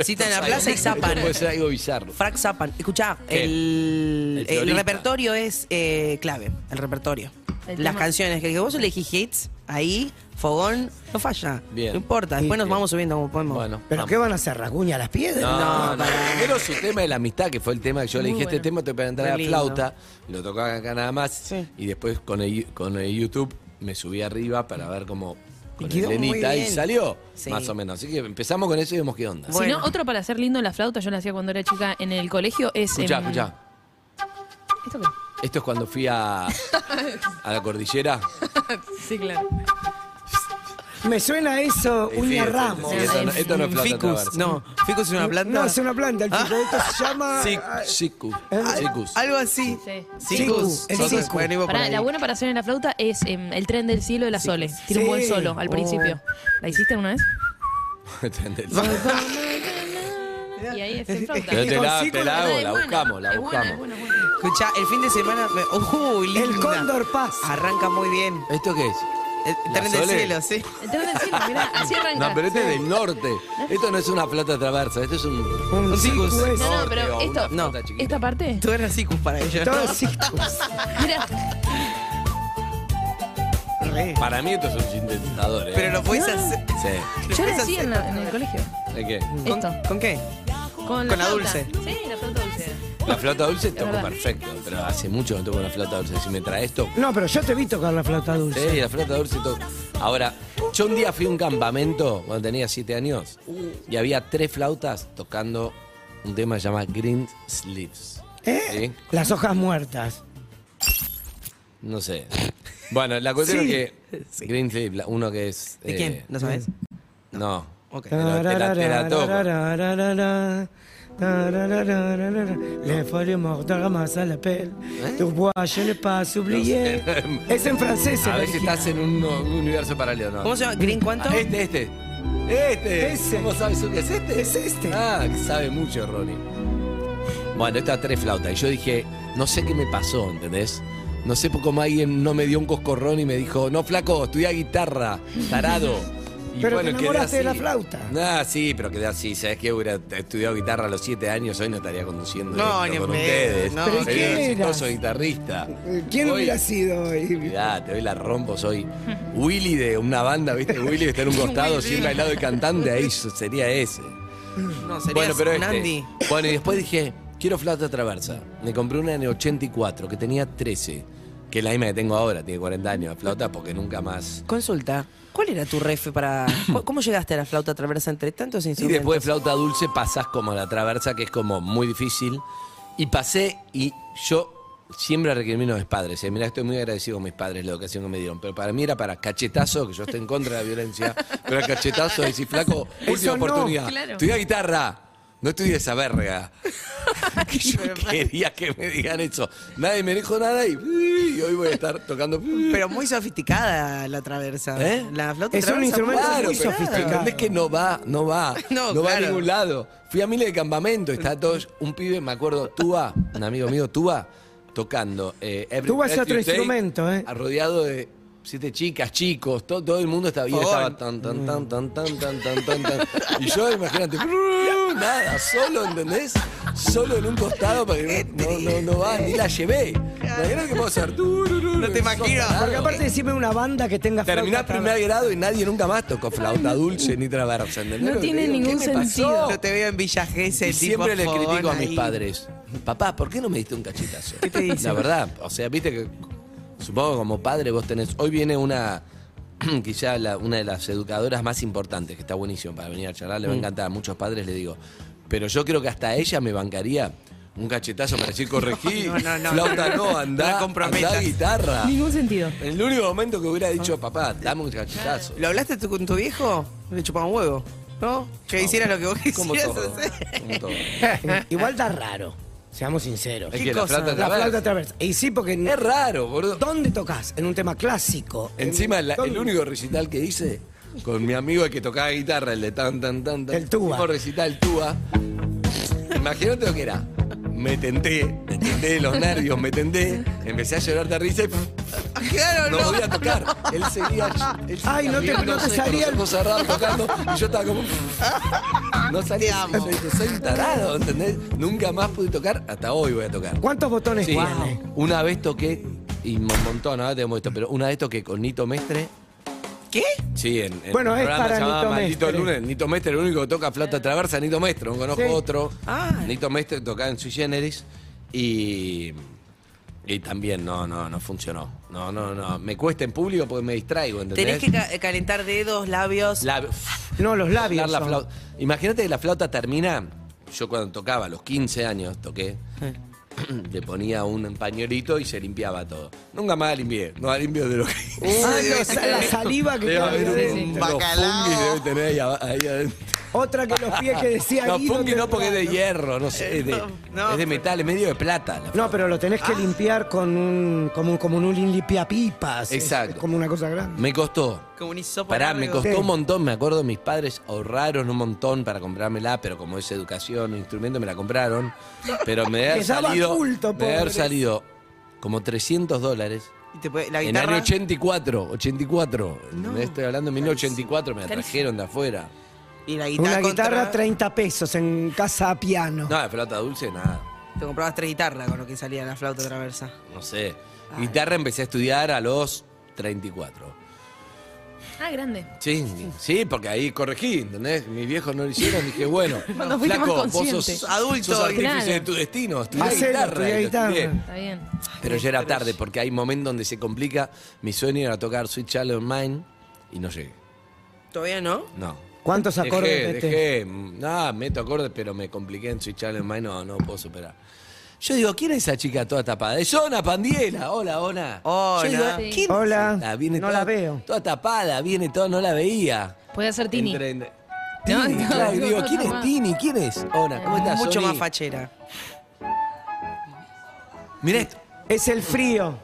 Speaker 2: Cita
Speaker 3: *laughs*
Speaker 2: en la plaza y zapan.
Speaker 3: Esto puede ser algo bizarro.
Speaker 2: Frac Zapan. Escuchá,
Speaker 3: ¿Qué?
Speaker 2: el,
Speaker 3: El
Speaker 2: el
Speaker 3: florista.
Speaker 2: repertorio es eh, clave, el repertorio.
Speaker 6: El
Speaker 2: Las
Speaker 6: tema.
Speaker 2: canciones, que vos elegís hits, ahí, fogón, no falla.
Speaker 3: Bien.
Speaker 2: No importa, después nos
Speaker 3: Bien.
Speaker 2: vamos subiendo como podemos.
Speaker 3: Bueno.
Speaker 5: ¿Pero
Speaker 3: vamos.
Speaker 5: qué van a hacer? ¿Rasguña las piedras?
Speaker 3: No, no,
Speaker 2: pará.
Speaker 3: Primero su tema de la amistad, que fue el tema que yo le
Speaker 6: Muy
Speaker 3: dije, este
Speaker 6: bueno.
Speaker 3: tema te voy a entrar a
Speaker 2: Re
Speaker 3: la
Speaker 2: lindo.
Speaker 3: flauta, lo tocaba acá nada más,
Speaker 2: Sí.
Speaker 3: y después con el, con el YouTube me subí arriba para ver cómo con
Speaker 2: quedó muy
Speaker 3: Elenita y
Speaker 2: bien.
Speaker 3: salió,
Speaker 2: Sí.
Speaker 3: más o menos. Así que empezamos con eso y vemos qué onda.
Speaker 2: Bueno.
Speaker 6: Si no, otro para hacer lindo la flauta, yo la hacía cuando era chica en el colegio, es.
Speaker 3: Escuchá,
Speaker 6: em,
Speaker 3: escuchá.
Speaker 6: ¿Esto qué?
Speaker 3: Esto es cuando fui a, a la
Speaker 2: *laughs*
Speaker 3: cordillera.
Speaker 6: *laughs* Sí, claro.
Speaker 5: Me suena eso
Speaker 3: Sí,
Speaker 5: Uña
Speaker 3: sí,
Speaker 5: Ramos.
Speaker 3: Este, sí, esto no- esto no es flauta
Speaker 2: Ficus,
Speaker 3: traversa.
Speaker 2: no. Ficus es una planta.
Speaker 5: No, es una planta. El tipo esto se llama...
Speaker 3: Sí, Sicu. Sicus. *laughs*
Speaker 2: Algo así.
Speaker 6: Sí.
Speaker 2: Ficus.
Speaker 5: El
Speaker 2: Sos-
Speaker 5: ficus.
Speaker 2: bueno, iba por
Speaker 6: Pará,
Speaker 2: ahí.
Speaker 6: la buena para hacer en la flauta es em, el tren del cielo de la Sole. Tiene un
Speaker 5: Sí.
Speaker 6: buen solo al
Speaker 5: Oh.
Speaker 6: principio. ¿La hiciste una vez? Y ahí es en flauta.
Speaker 3: Pero te la,
Speaker 5: Sicu
Speaker 3: te la
Speaker 6: Ah,
Speaker 3: hago,
Speaker 6: es
Speaker 3: la
Speaker 6: buena,
Speaker 3: buscamos, la
Speaker 6: es buena, es
Speaker 3: buscamos.
Speaker 6: buena, es buena.
Speaker 2: Escuchá, el fin de semana. me- Uy,
Speaker 5: El
Speaker 2: linda.
Speaker 5: cóndor
Speaker 3: Ah,
Speaker 5: pasa.
Speaker 2: Arranca muy bien.
Speaker 3: ¿Esto qué es?
Speaker 2: El
Speaker 3: La
Speaker 2: tren del
Speaker 3: Sole.
Speaker 2: cielo, sí. *laughs*
Speaker 6: El tren del cielo, mirá, así arranca.
Speaker 3: No, pero este es del norte. Esto no es una plata traversa, esto es un...
Speaker 5: Un
Speaker 2: ficus.
Speaker 5: ficus. es-
Speaker 6: No, no, pero
Speaker 3: Norte, o
Speaker 6: esto,
Speaker 3: una
Speaker 2: no,
Speaker 3: flauta chiquita.
Speaker 6: esta parte,
Speaker 2: Tú eras Ficus para ella.
Speaker 5: Todo es ficus.
Speaker 6: mirá,
Speaker 5: Re.
Speaker 3: Para mí esto es un sintetizador, ¿eh?
Speaker 2: Pero lo puedes hacer.
Speaker 3: Sí.
Speaker 6: yo la hacía en, la- en el colegio.
Speaker 3: ¿De qué?
Speaker 2: ¿Con,
Speaker 6: Esto.
Speaker 2: ¿Con qué? Con la
Speaker 6: flauta.
Speaker 2: dulce.
Speaker 6: Sí, la flauta dulce.
Speaker 3: La flauta dulce toco
Speaker 6: verdad.
Speaker 3: perfecto, pero hace mucho que no toco la flauta dulce. Si me traes esto,
Speaker 5: No, pero yo te vi tocar la flauta dulce.
Speaker 3: Sí, la flauta dulce toco. Ahora, yo un día fui a un campamento cuando tenía siete años y había tres flautas tocando un tema llamado Green Sleeves.
Speaker 5: ¿Eh?
Speaker 3: Sí.
Speaker 5: Las hojas muertas.
Speaker 3: No sé. Bueno, la cuestión
Speaker 5: Sí.
Speaker 3: es que Green Sleeves, la- uno que es...
Speaker 2: ¿De
Speaker 3: eh,
Speaker 2: quién? ¿No sabes?
Speaker 3: No.
Speaker 2: Ok.
Speaker 3: Te la- te la- te la toco.
Speaker 5: Tararararararara, tarararararara. Les folies mortes ramassent la pelle. Tu bois, je n'ai pas oublié. Es en francés.
Speaker 3: A
Speaker 5: el
Speaker 3: veces
Speaker 5: original.
Speaker 3: estás en un, un universo paralelo, ¿no?
Speaker 2: ¿Cómo se llama? ¿Green cuánto?
Speaker 3: Ah, Este, este. Este.
Speaker 5: Ese.
Speaker 3: ¿Cómo sabes tú que es este?
Speaker 5: Es este.
Speaker 3: Ah, que sabe mucho, Ronnie. Bueno, estas tres flautas. Y yo dije, no sé qué me pasó, ¿entendés? No sé por cómo alguien no me dio un coscorrón y me dijo, no, flaco, estudia guitarra, tarado. Y
Speaker 5: Pero te
Speaker 3: quedé
Speaker 5: enamoraste de
Speaker 3: así.
Speaker 5: la flauta.
Speaker 3: Ah, sí, pero quedé así. ¿Sabés qué? Hubiera estudiado guitarra a los siete años, hoy no estaría conduciendo
Speaker 2: No,
Speaker 3: esto
Speaker 2: ni en
Speaker 3: con
Speaker 2: pedo,
Speaker 3: ustedes.
Speaker 2: no,
Speaker 5: Pero ¿y
Speaker 3: Sería
Speaker 5: quién
Speaker 3: un exitoso
Speaker 5: eras?
Speaker 3: guitarrista.
Speaker 5: Eh, ¿Quién
Speaker 3: Hoy-
Speaker 5: hubiera sido hoy?
Speaker 3: Mirá, te doy la rompo, soy Willy de una banda, ¿viste? Willy que está en un costado, siempre al lado del cantante, ahí yo sería ese.
Speaker 2: No, sería
Speaker 3: Bueno, pero este.
Speaker 2: Nandi.
Speaker 3: Bueno, y después dije, quiero flauta traversa. Me compré una en el 84, que tenía 13, que es la misma que tengo ahora, tiene 40 años, la flauta, porque nunca más.
Speaker 2: Consulta. ¿Cuál era tu refe para.?
Speaker 3: *laughs*
Speaker 2: cu- ¿Cómo llegaste a la flauta traversa entre tantos
Speaker 3: Y
Speaker 2: instrumentos?
Speaker 3: después de flauta dulce pasás como a la traversa, que es como muy difícil. Y pasé y yo siempre recrimino a mis padres. ¿eh? Mirá, estoy muy agradecido con mis padres la educación que me dieron. Pero para mí era para cachetazo, que yo estoy en contra de la violencia. Pero el cachetazo de decir, flaco, última
Speaker 5: *laughs* Eso no.
Speaker 3: oportunidad.
Speaker 6: Claro.
Speaker 3: Estudia guitarra. No estudié esa
Speaker 5: *laughs*
Speaker 3: verga. Que yo quería que me digan eso. Nadie me dijo nada y, y hoy voy a estar tocando.
Speaker 2: Pero muy sofisticada la traversa.
Speaker 3: ¿Eh?
Speaker 2: La flauta
Speaker 5: Es un
Speaker 2: traversa.
Speaker 5: instrumento
Speaker 2: muy
Speaker 5: muy
Speaker 2: sofisticada.
Speaker 5: sofisticado.
Speaker 3: ¿Entendés que no va, no va? No,
Speaker 2: No,
Speaker 3: va a
Speaker 2: claro.
Speaker 3: ningún lado. Fui a miles de campamento, está todo. Un pibe, me acuerdo, Tuba, un amigo mío, Tuba, tocando. eh, Every
Speaker 5: Tuba es
Speaker 3: Breath
Speaker 5: otro
Speaker 3: You Take,
Speaker 5: instrumento, ¿eh?
Speaker 3: Rodeado de siete chicas, chicos, todo, todo el mundo estaba bien, estaba tan, tan, tan, tan, tan, tan, tan, tan, tan. Y yo, imagínate, brrr, nada, solo, ¿entendés? Solo en un costado para que no, no, no, no va, ni la llevé. Imagínate que puedo hacer. No
Speaker 2: te imagino.
Speaker 5: Porque aparte decime una banda que tenga flauta.
Speaker 3: Terminás primer grado y nadie nunca más tocó flauta dulce ni traversa, ¿entendés?
Speaker 6: No
Speaker 3: Lo que
Speaker 6: tiene
Speaker 3: digo? ¿Qué
Speaker 6: ningún
Speaker 3: me pasó?
Speaker 6: sentido.
Speaker 2: Yo te veo en Villa Gesell,
Speaker 3: Y
Speaker 2: tipo
Speaker 3: siempre le
Speaker 2: fogón
Speaker 3: critico a mis
Speaker 2: ahí.
Speaker 3: padres. Papá, ¿por qué no me diste un cachetazo?
Speaker 2: ¿Qué te dice?
Speaker 3: La verdad, o sea, viste que supongo que como padre vos tenés. Hoy viene una, *clears throat* quizá la- una de las educadoras más importantes, que está buenísimo para venir a charlar,
Speaker 2: Mm.
Speaker 3: le va a encantar a muchos padres, le digo. Pero yo creo que hasta ella me bancaría un cachetazo para decir corregí,
Speaker 2: *laughs* No, no, no,
Speaker 3: flauta no,
Speaker 2: no, no, no la
Speaker 3: andá,
Speaker 2: comprometas.
Speaker 3: andá guitarra.
Speaker 6: Ningún sentido.
Speaker 3: En el único momento que hubiera dicho, papá, dame un cachetazo.
Speaker 2: ¿Lo hablaste tú con tu viejo? Le chupaba un huevo. ¿No? Que hiciera lo
Speaker 3: *laughs*
Speaker 2: que vos
Speaker 3: Como
Speaker 2: quisieras
Speaker 3: todo.
Speaker 2: hacer. *laughs*
Speaker 3: Como todo.
Speaker 5: Igual está raro, seamos sinceros.
Speaker 3: Es
Speaker 2: ¿Qué
Speaker 3: que la
Speaker 2: cosa?
Speaker 3: plata
Speaker 5: La flauta traversa. Y sí, porque
Speaker 3: Es raro, boludo.
Speaker 5: ¿dónde tocas? En un tema clásico.
Speaker 3: Encima,
Speaker 5: En-
Speaker 3: la- el
Speaker 5: ¿dónde?
Speaker 3: único recital que hice con mi amigo el que tocaba guitarra, el de tan, tan, tan, tan.
Speaker 5: El tuba.
Speaker 3: tipo recital tuba. Imagínate lo que era. Me tenté, me tenté los nervios, me tenté. Empecé a llorar de risa y pff,
Speaker 2: Claro,
Speaker 3: no podía tocar. Él seguía. él seguía
Speaker 5: Ay, no te- no te
Speaker 3: riéndose, con
Speaker 5: salía
Speaker 3: los
Speaker 5: el-
Speaker 3: ojos cerrados tocando. Y yo estaba como. pff, No salía. Yo dije, soy un tarado, ¿entendés? Nunca más pude tocar. Hasta hoy voy a tocar.
Speaker 5: ¿Cuántos botones
Speaker 3: Sí.
Speaker 5: tiene?
Speaker 3: Una vez toqué, y un montón, ahora tenemos esto, pero una vez toqué con Nito Mestre.
Speaker 2: ¿Qué?
Speaker 3: Sí, en, en
Speaker 5: Bueno,
Speaker 3: un
Speaker 5: es
Speaker 3: programa
Speaker 5: para
Speaker 3: llamado
Speaker 5: Nito
Speaker 3: Maldito
Speaker 5: Mestre.
Speaker 3: Lunes. Nito Mestre, el único que toca flauta traversa, Nito Mestre, no conozco
Speaker 5: Sí.
Speaker 3: otro.
Speaker 2: Ah.
Speaker 3: Nito Mestre tocaba en Sui Generis y, y también no, no, no funcionó. No, no, no. Me cuesta en público porque me distraigo, ¿entendés?
Speaker 2: Tenés que ca- calentar dedos, labios.
Speaker 3: La-
Speaker 5: No, los labios.
Speaker 3: Dar la
Speaker 5: son.
Speaker 3: flauta. Imagínate que la flauta termina. Yo cuando tocaba, a los 15 años toqué, *clears throat* le ponía un pañuelito y se limpiaba todo. Nunca más la limpié, no la limpio de lo que.
Speaker 5: Ah, los- la saliva que
Speaker 3: Debe
Speaker 5: queda
Speaker 3: haber
Speaker 5: ahí
Speaker 3: un,
Speaker 5: adentro.
Speaker 3: los fungis debe tener ahí, aba- ahí adentro.
Speaker 5: Otra que los pies que decía
Speaker 3: *laughs* No,
Speaker 5: ahí,
Speaker 3: fungi
Speaker 5: ¿dónde
Speaker 3: no porque es de
Speaker 5: está?
Speaker 3: hierro, no sé, es de,
Speaker 2: no,
Speaker 3: es de metal, es medio de plata. la
Speaker 5: No, pero lo tenés
Speaker 3: Ah.
Speaker 5: que limpiar con un. como, un- como un limpiapipas. Es-
Speaker 3: Exacto.
Speaker 5: Es como una cosa grande.
Speaker 3: Me costó.
Speaker 2: Como un hisopo
Speaker 3: Pará,
Speaker 2: largo.
Speaker 3: me costó
Speaker 5: Sí.
Speaker 3: un montón. Me acuerdo, mis padres ahorraron un montón para comprármela, pero como es educación, un instrumento, me la compraron. Pero me debe
Speaker 5: *laughs*
Speaker 3: haber
Speaker 5: Les daba
Speaker 3: salido.
Speaker 5: culto,
Speaker 3: me debe haber
Speaker 5: pobres.
Speaker 3: salido como 300 dólares.
Speaker 2: Y te puede- la
Speaker 3: En el
Speaker 2: guitarra.
Speaker 3: año 84, 84. No. Estoy hablando de 1984, me la trajeron de afuera.
Speaker 2: Y la guitarra.
Speaker 5: Una guitarra,
Speaker 2: contra-
Speaker 5: 30 pesos en casa a piano.
Speaker 3: No, de flauta dulce, nada.
Speaker 2: Te comprabas tres guitarras con lo que salía la flauta traversa.
Speaker 3: no sé. Guitarra empecé a estudiar a los 34.
Speaker 6: Ah, grande.
Speaker 3: Sí, sí, porque ahí corregí, ¿entendés? Mis viejos no lo hicieron, dije, bueno,
Speaker 6: *laughs* Cuando fuiste más
Speaker 3: flaco, vos sos
Speaker 6: consciente.
Speaker 3: adulto, sos artífice
Speaker 6: Claro.
Speaker 3: de tu destino, estudiá
Speaker 5: Hacelo,
Speaker 3: guitarra,
Speaker 5: estudiá
Speaker 3: y lo estudié.
Speaker 5: guitarra.
Speaker 6: Está bien.
Speaker 3: Pero ya era tarde, porque hay momentos donde se complica. Mi sueño era tocar Sweet Child of Mine y no llegué,
Speaker 2: ¿Todavía no?
Speaker 3: no.
Speaker 5: ¿Cuántos acordes este.
Speaker 3: Dejé,
Speaker 5: metés?
Speaker 3: dejé, mm, ah, meto acordes, pero me compliqué en Sweet Child of Mine, no, no puedo superar. Yo digo, ¿quién es esa chica toda tapada? Es Ona Pandiela, hola, Ona.
Speaker 2: Hola.
Speaker 3: Yo digo,
Speaker 6: Sí.
Speaker 3: ¿quién es
Speaker 5: Hola.
Speaker 3: esta? Viene
Speaker 5: No
Speaker 3: toda-
Speaker 5: la veo.
Speaker 3: Toda tapada, viene toda, no la veía.
Speaker 6: Puede ser Tini.
Speaker 3: Entre- entre-
Speaker 6: No,
Speaker 3: Tini,
Speaker 6: no,
Speaker 3: claro,
Speaker 6: no,
Speaker 3: digo,
Speaker 6: no,
Speaker 3: ¿quién
Speaker 6: no,
Speaker 3: es
Speaker 6: no.
Speaker 3: Tini? ¿Quién es? Ona, ¿cómo estás?
Speaker 2: Mucho
Speaker 3: Oni?
Speaker 2: más fachera.
Speaker 3: Mirá esto.
Speaker 5: Es el frío.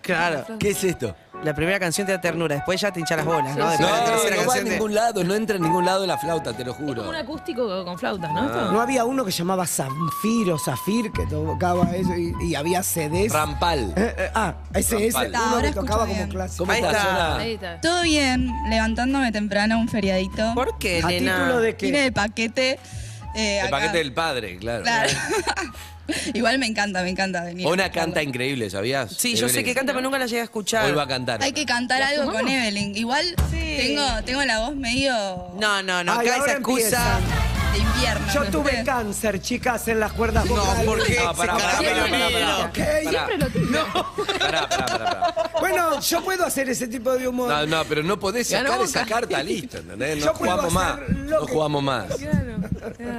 Speaker 2: Claro.
Speaker 3: ¿Qué es esto?
Speaker 2: La primera canción te da ternura, después ya te hincha las bolas, ¿no?
Speaker 6: Sí, sí.
Speaker 2: Después de la
Speaker 3: No,
Speaker 2: tercera
Speaker 3: no va a
Speaker 2: canción te-
Speaker 3: ningún lado, no entra en ningún lado la flauta, te lo
Speaker 6: Como
Speaker 3: juro.
Speaker 6: un acústico con flautas, ¿no?
Speaker 3: Ah.
Speaker 6: Esto.
Speaker 5: No había uno que llamaba Zafiro, Zafir, que tocaba eso y, y había CDs.
Speaker 3: Rampal.
Speaker 5: Eh, eh, ah, ese, ese.
Speaker 3: Rampal.
Speaker 5: Uno
Speaker 4: Ahora
Speaker 5: que
Speaker 4: escucho
Speaker 5: tocaba
Speaker 4: bien.
Speaker 5: como clásico.
Speaker 3: ¿Cómo
Speaker 2: Ahí
Speaker 3: estás,
Speaker 2: está.
Speaker 3: Ona?
Speaker 6: Ahí está.
Speaker 4: Todo bien, levantándome temprano un feriadito.
Speaker 2: ¿Por qué,
Speaker 5: ¿A título
Speaker 2: nena?
Speaker 5: de
Speaker 4: Vine
Speaker 5: qué?
Speaker 4: de paquete. eh,
Speaker 3: El
Speaker 4: acá.
Speaker 3: paquete del padre, claro. *laughs*
Speaker 4: Claro. *laughs* Igual me encanta, me encanta venir.
Speaker 3: Ona canta increíble, ¿sabías?
Speaker 2: Sí, yo sé que canta, pero nunca la llegué a
Speaker 3: Hoy va
Speaker 2: escuchar.
Speaker 3: a cantar.
Speaker 4: Hay que cantar algo con Evelyn. Igual tengo, tengo la voz medio
Speaker 2: No, no, no,
Speaker 5: Ay,
Speaker 2: acá
Speaker 5: ahora
Speaker 2: esa excusa.
Speaker 5: empiezan.
Speaker 4: de invierno.
Speaker 5: Yo tuve
Speaker 4: *laughs* ¿viste?
Speaker 5: cáncer, chicas, en las cuerdas vocales.
Speaker 3: No, pará, pará,
Speaker 6: Siempre
Speaker 3: pará,
Speaker 6: lo
Speaker 3: pará,
Speaker 6: tira.
Speaker 5: pará. Ok.
Speaker 6: Siempre lo tira.
Speaker 3: Pará, pará, pará, pará.
Speaker 5: Bueno, yo puedo hacer ese tipo de humor.
Speaker 3: No, no, pero no podés
Speaker 6: Ganó
Speaker 3: sacar esa
Speaker 6: Boca.
Speaker 3: carta, listo, ¿entendés?
Speaker 5: Yo
Speaker 3: No
Speaker 5: puedo
Speaker 3: jugamos más.
Speaker 5: hacer lo
Speaker 3: No
Speaker 5: que-
Speaker 3: jugamos más.
Speaker 6: Claro.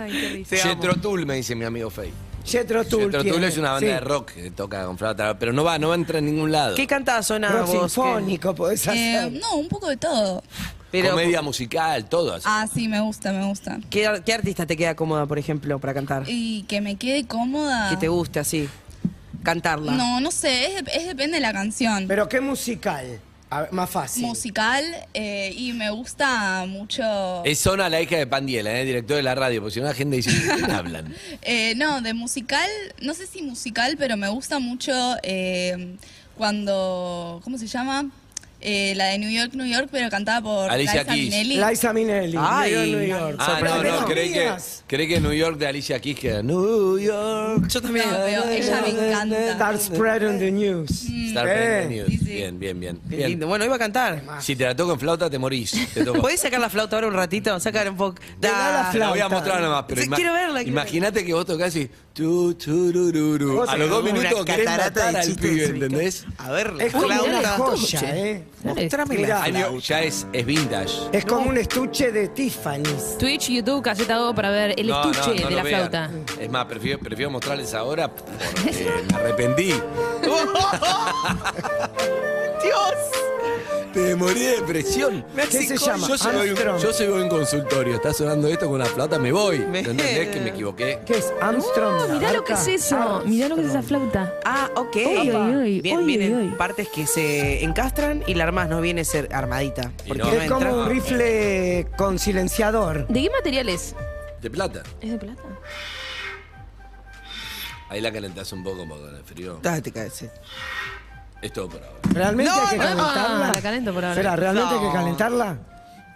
Speaker 6: Ay, qué risa.
Speaker 3: Jetro Tull, me dice mi amigo Faye.
Speaker 5: Jethro Tull
Speaker 3: Jetro Tull
Speaker 5: tiene,
Speaker 3: es una banda
Speaker 5: sí.
Speaker 3: de rock que toca con flauta, pero no va, no va a entrar en ningún lado.
Speaker 2: ¿Qué cantás, Ona,
Speaker 5: Rock
Speaker 2: vos? ¿Qué?
Speaker 5: sinfónico podés
Speaker 4: Eh,
Speaker 5: hacer.
Speaker 4: no, un poco de todo.
Speaker 2: Pero,
Speaker 3: Comedia musical, todo así.
Speaker 4: Ah, sí, me gusta, me gusta.
Speaker 2: ¿qué, ar- qué artista te queda cómoda, por ejemplo, para cantar?
Speaker 4: Y que me quede cómoda.
Speaker 2: Que te guste así, cantarla.
Speaker 4: No, no sé, es, de- es depende de la canción.
Speaker 5: Pero qué musical. A ver, más fácil.
Speaker 4: Musical eh, y me gusta mucho.
Speaker 3: Es Ona la hija de Pandiela, ¿eh? director de la radio, porque si no la gente dice, ¿de quién hablan?
Speaker 4: Eh, no, de musical, no sé si musical, pero me gusta mucho eh, cuando, ¿cómo se llama? Eh, la de New York, New York, pero cantada por
Speaker 3: Alicia
Speaker 4: Liza
Speaker 3: Keys.
Speaker 4: Minnelli.
Speaker 5: Liza Minnelli.
Speaker 2: Ay.
Speaker 5: New York, New York.
Speaker 3: Ah, no,
Speaker 5: Sorprendemos
Speaker 3: no, creí que,
Speaker 5: mías.
Speaker 3: creí que New York de Alicia Keys que era New York.
Speaker 2: Yo también.
Speaker 4: No, pero ella me encanta.
Speaker 5: Start spreading the news.
Speaker 3: Mm. Star
Speaker 5: Eh.
Speaker 3: News.
Speaker 4: Sí, sí.
Speaker 3: Bien, bien, bien.
Speaker 2: Qué
Speaker 3: Bien.
Speaker 2: lindo. Bueno, iba a cantar.
Speaker 3: Si te la toco en flauta, te morís. Te
Speaker 2: *laughs*
Speaker 3: toco.
Speaker 2: ¿Podés sacar la flauta ahora un ratito? Sacar un poco.
Speaker 5: da la
Speaker 3: Te la voy a
Speaker 5: flauta.
Speaker 3: mostrar nada más, pero
Speaker 2: Sí, quiero verla, quiero
Speaker 3: Imagínate que vos tocás y. tu, tu, ru, ru, ru.
Speaker 5: Vos
Speaker 3: A los dos
Speaker 5: tenés
Speaker 3: minutos querés matar al pibe, ¿entendés?
Speaker 2: A ver,
Speaker 5: Es como
Speaker 6: Flauta.
Speaker 5: una joya, ¿eh?
Speaker 6: Dale.
Speaker 2: Mostrame
Speaker 5: Mirá.
Speaker 2: la
Speaker 5: Ay,
Speaker 3: Año-
Speaker 2: flauta.
Speaker 3: ya es, es vintage.
Speaker 5: Es como un estuche de Tiffany's.
Speaker 6: Twitch, YouTube, caseta O para ver el
Speaker 3: No, no,
Speaker 6: estuche
Speaker 3: no
Speaker 6: de
Speaker 3: lo
Speaker 6: la
Speaker 3: vean.
Speaker 6: flauta.
Speaker 3: Es más, prefiero, prefiero mostrarles ahora
Speaker 6: *laughs*
Speaker 3: porque me arrepentí.
Speaker 2: ¡Dios!
Speaker 3: Te morí de depresión.
Speaker 5: ¿Qué se
Speaker 3: Yo
Speaker 5: llama?
Speaker 3: soy, hoy-
Speaker 5: Armstrong.
Speaker 3: yo soy hoy en consultorio. Está sonando esto con una flauta, me voy.
Speaker 2: Me-
Speaker 3: ¿Entendés que me equivoqué?
Speaker 5: ¿Qué es? Armstrong.
Speaker 6: No,
Speaker 5: la
Speaker 6: Ah, mirá lo que
Speaker 5: marca.
Speaker 6: es eso. Mirá lo que es esa flauta.
Speaker 2: *laughs* Ah, ok.
Speaker 6: Oy, oy, oy,
Speaker 2: Bien,
Speaker 6: oy,
Speaker 2: vienen
Speaker 6: oy, oy.
Speaker 2: partes que se encastran y la armás no viene a ser armadita.
Speaker 3: Y
Speaker 2: Porque
Speaker 3: no.
Speaker 2: no,
Speaker 5: Es
Speaker 2: entra.
Speaker 5: como un rifle con silenciador.
Speaker 6: ¿De qué material es?
Speaker 3: De plata.
Speaker 6: ¿Es de plata?
Speaker 3: Ahí la calentás un poco porque con el frío.
Speaker 2: Ah, te caes, sí.
Speaker 3: Es todo por ahora.
Speaker 5: ¿Realmente
Speaker 2: No,
Speaker 5: hay que
Speaker 2: no,
Speaker 5: calentarla?
Speaker 6: la calento por ahora.
Speaker 5: Espera, ¿realmente hay
Speaker 2: No.
Speaker 5: que calentarla?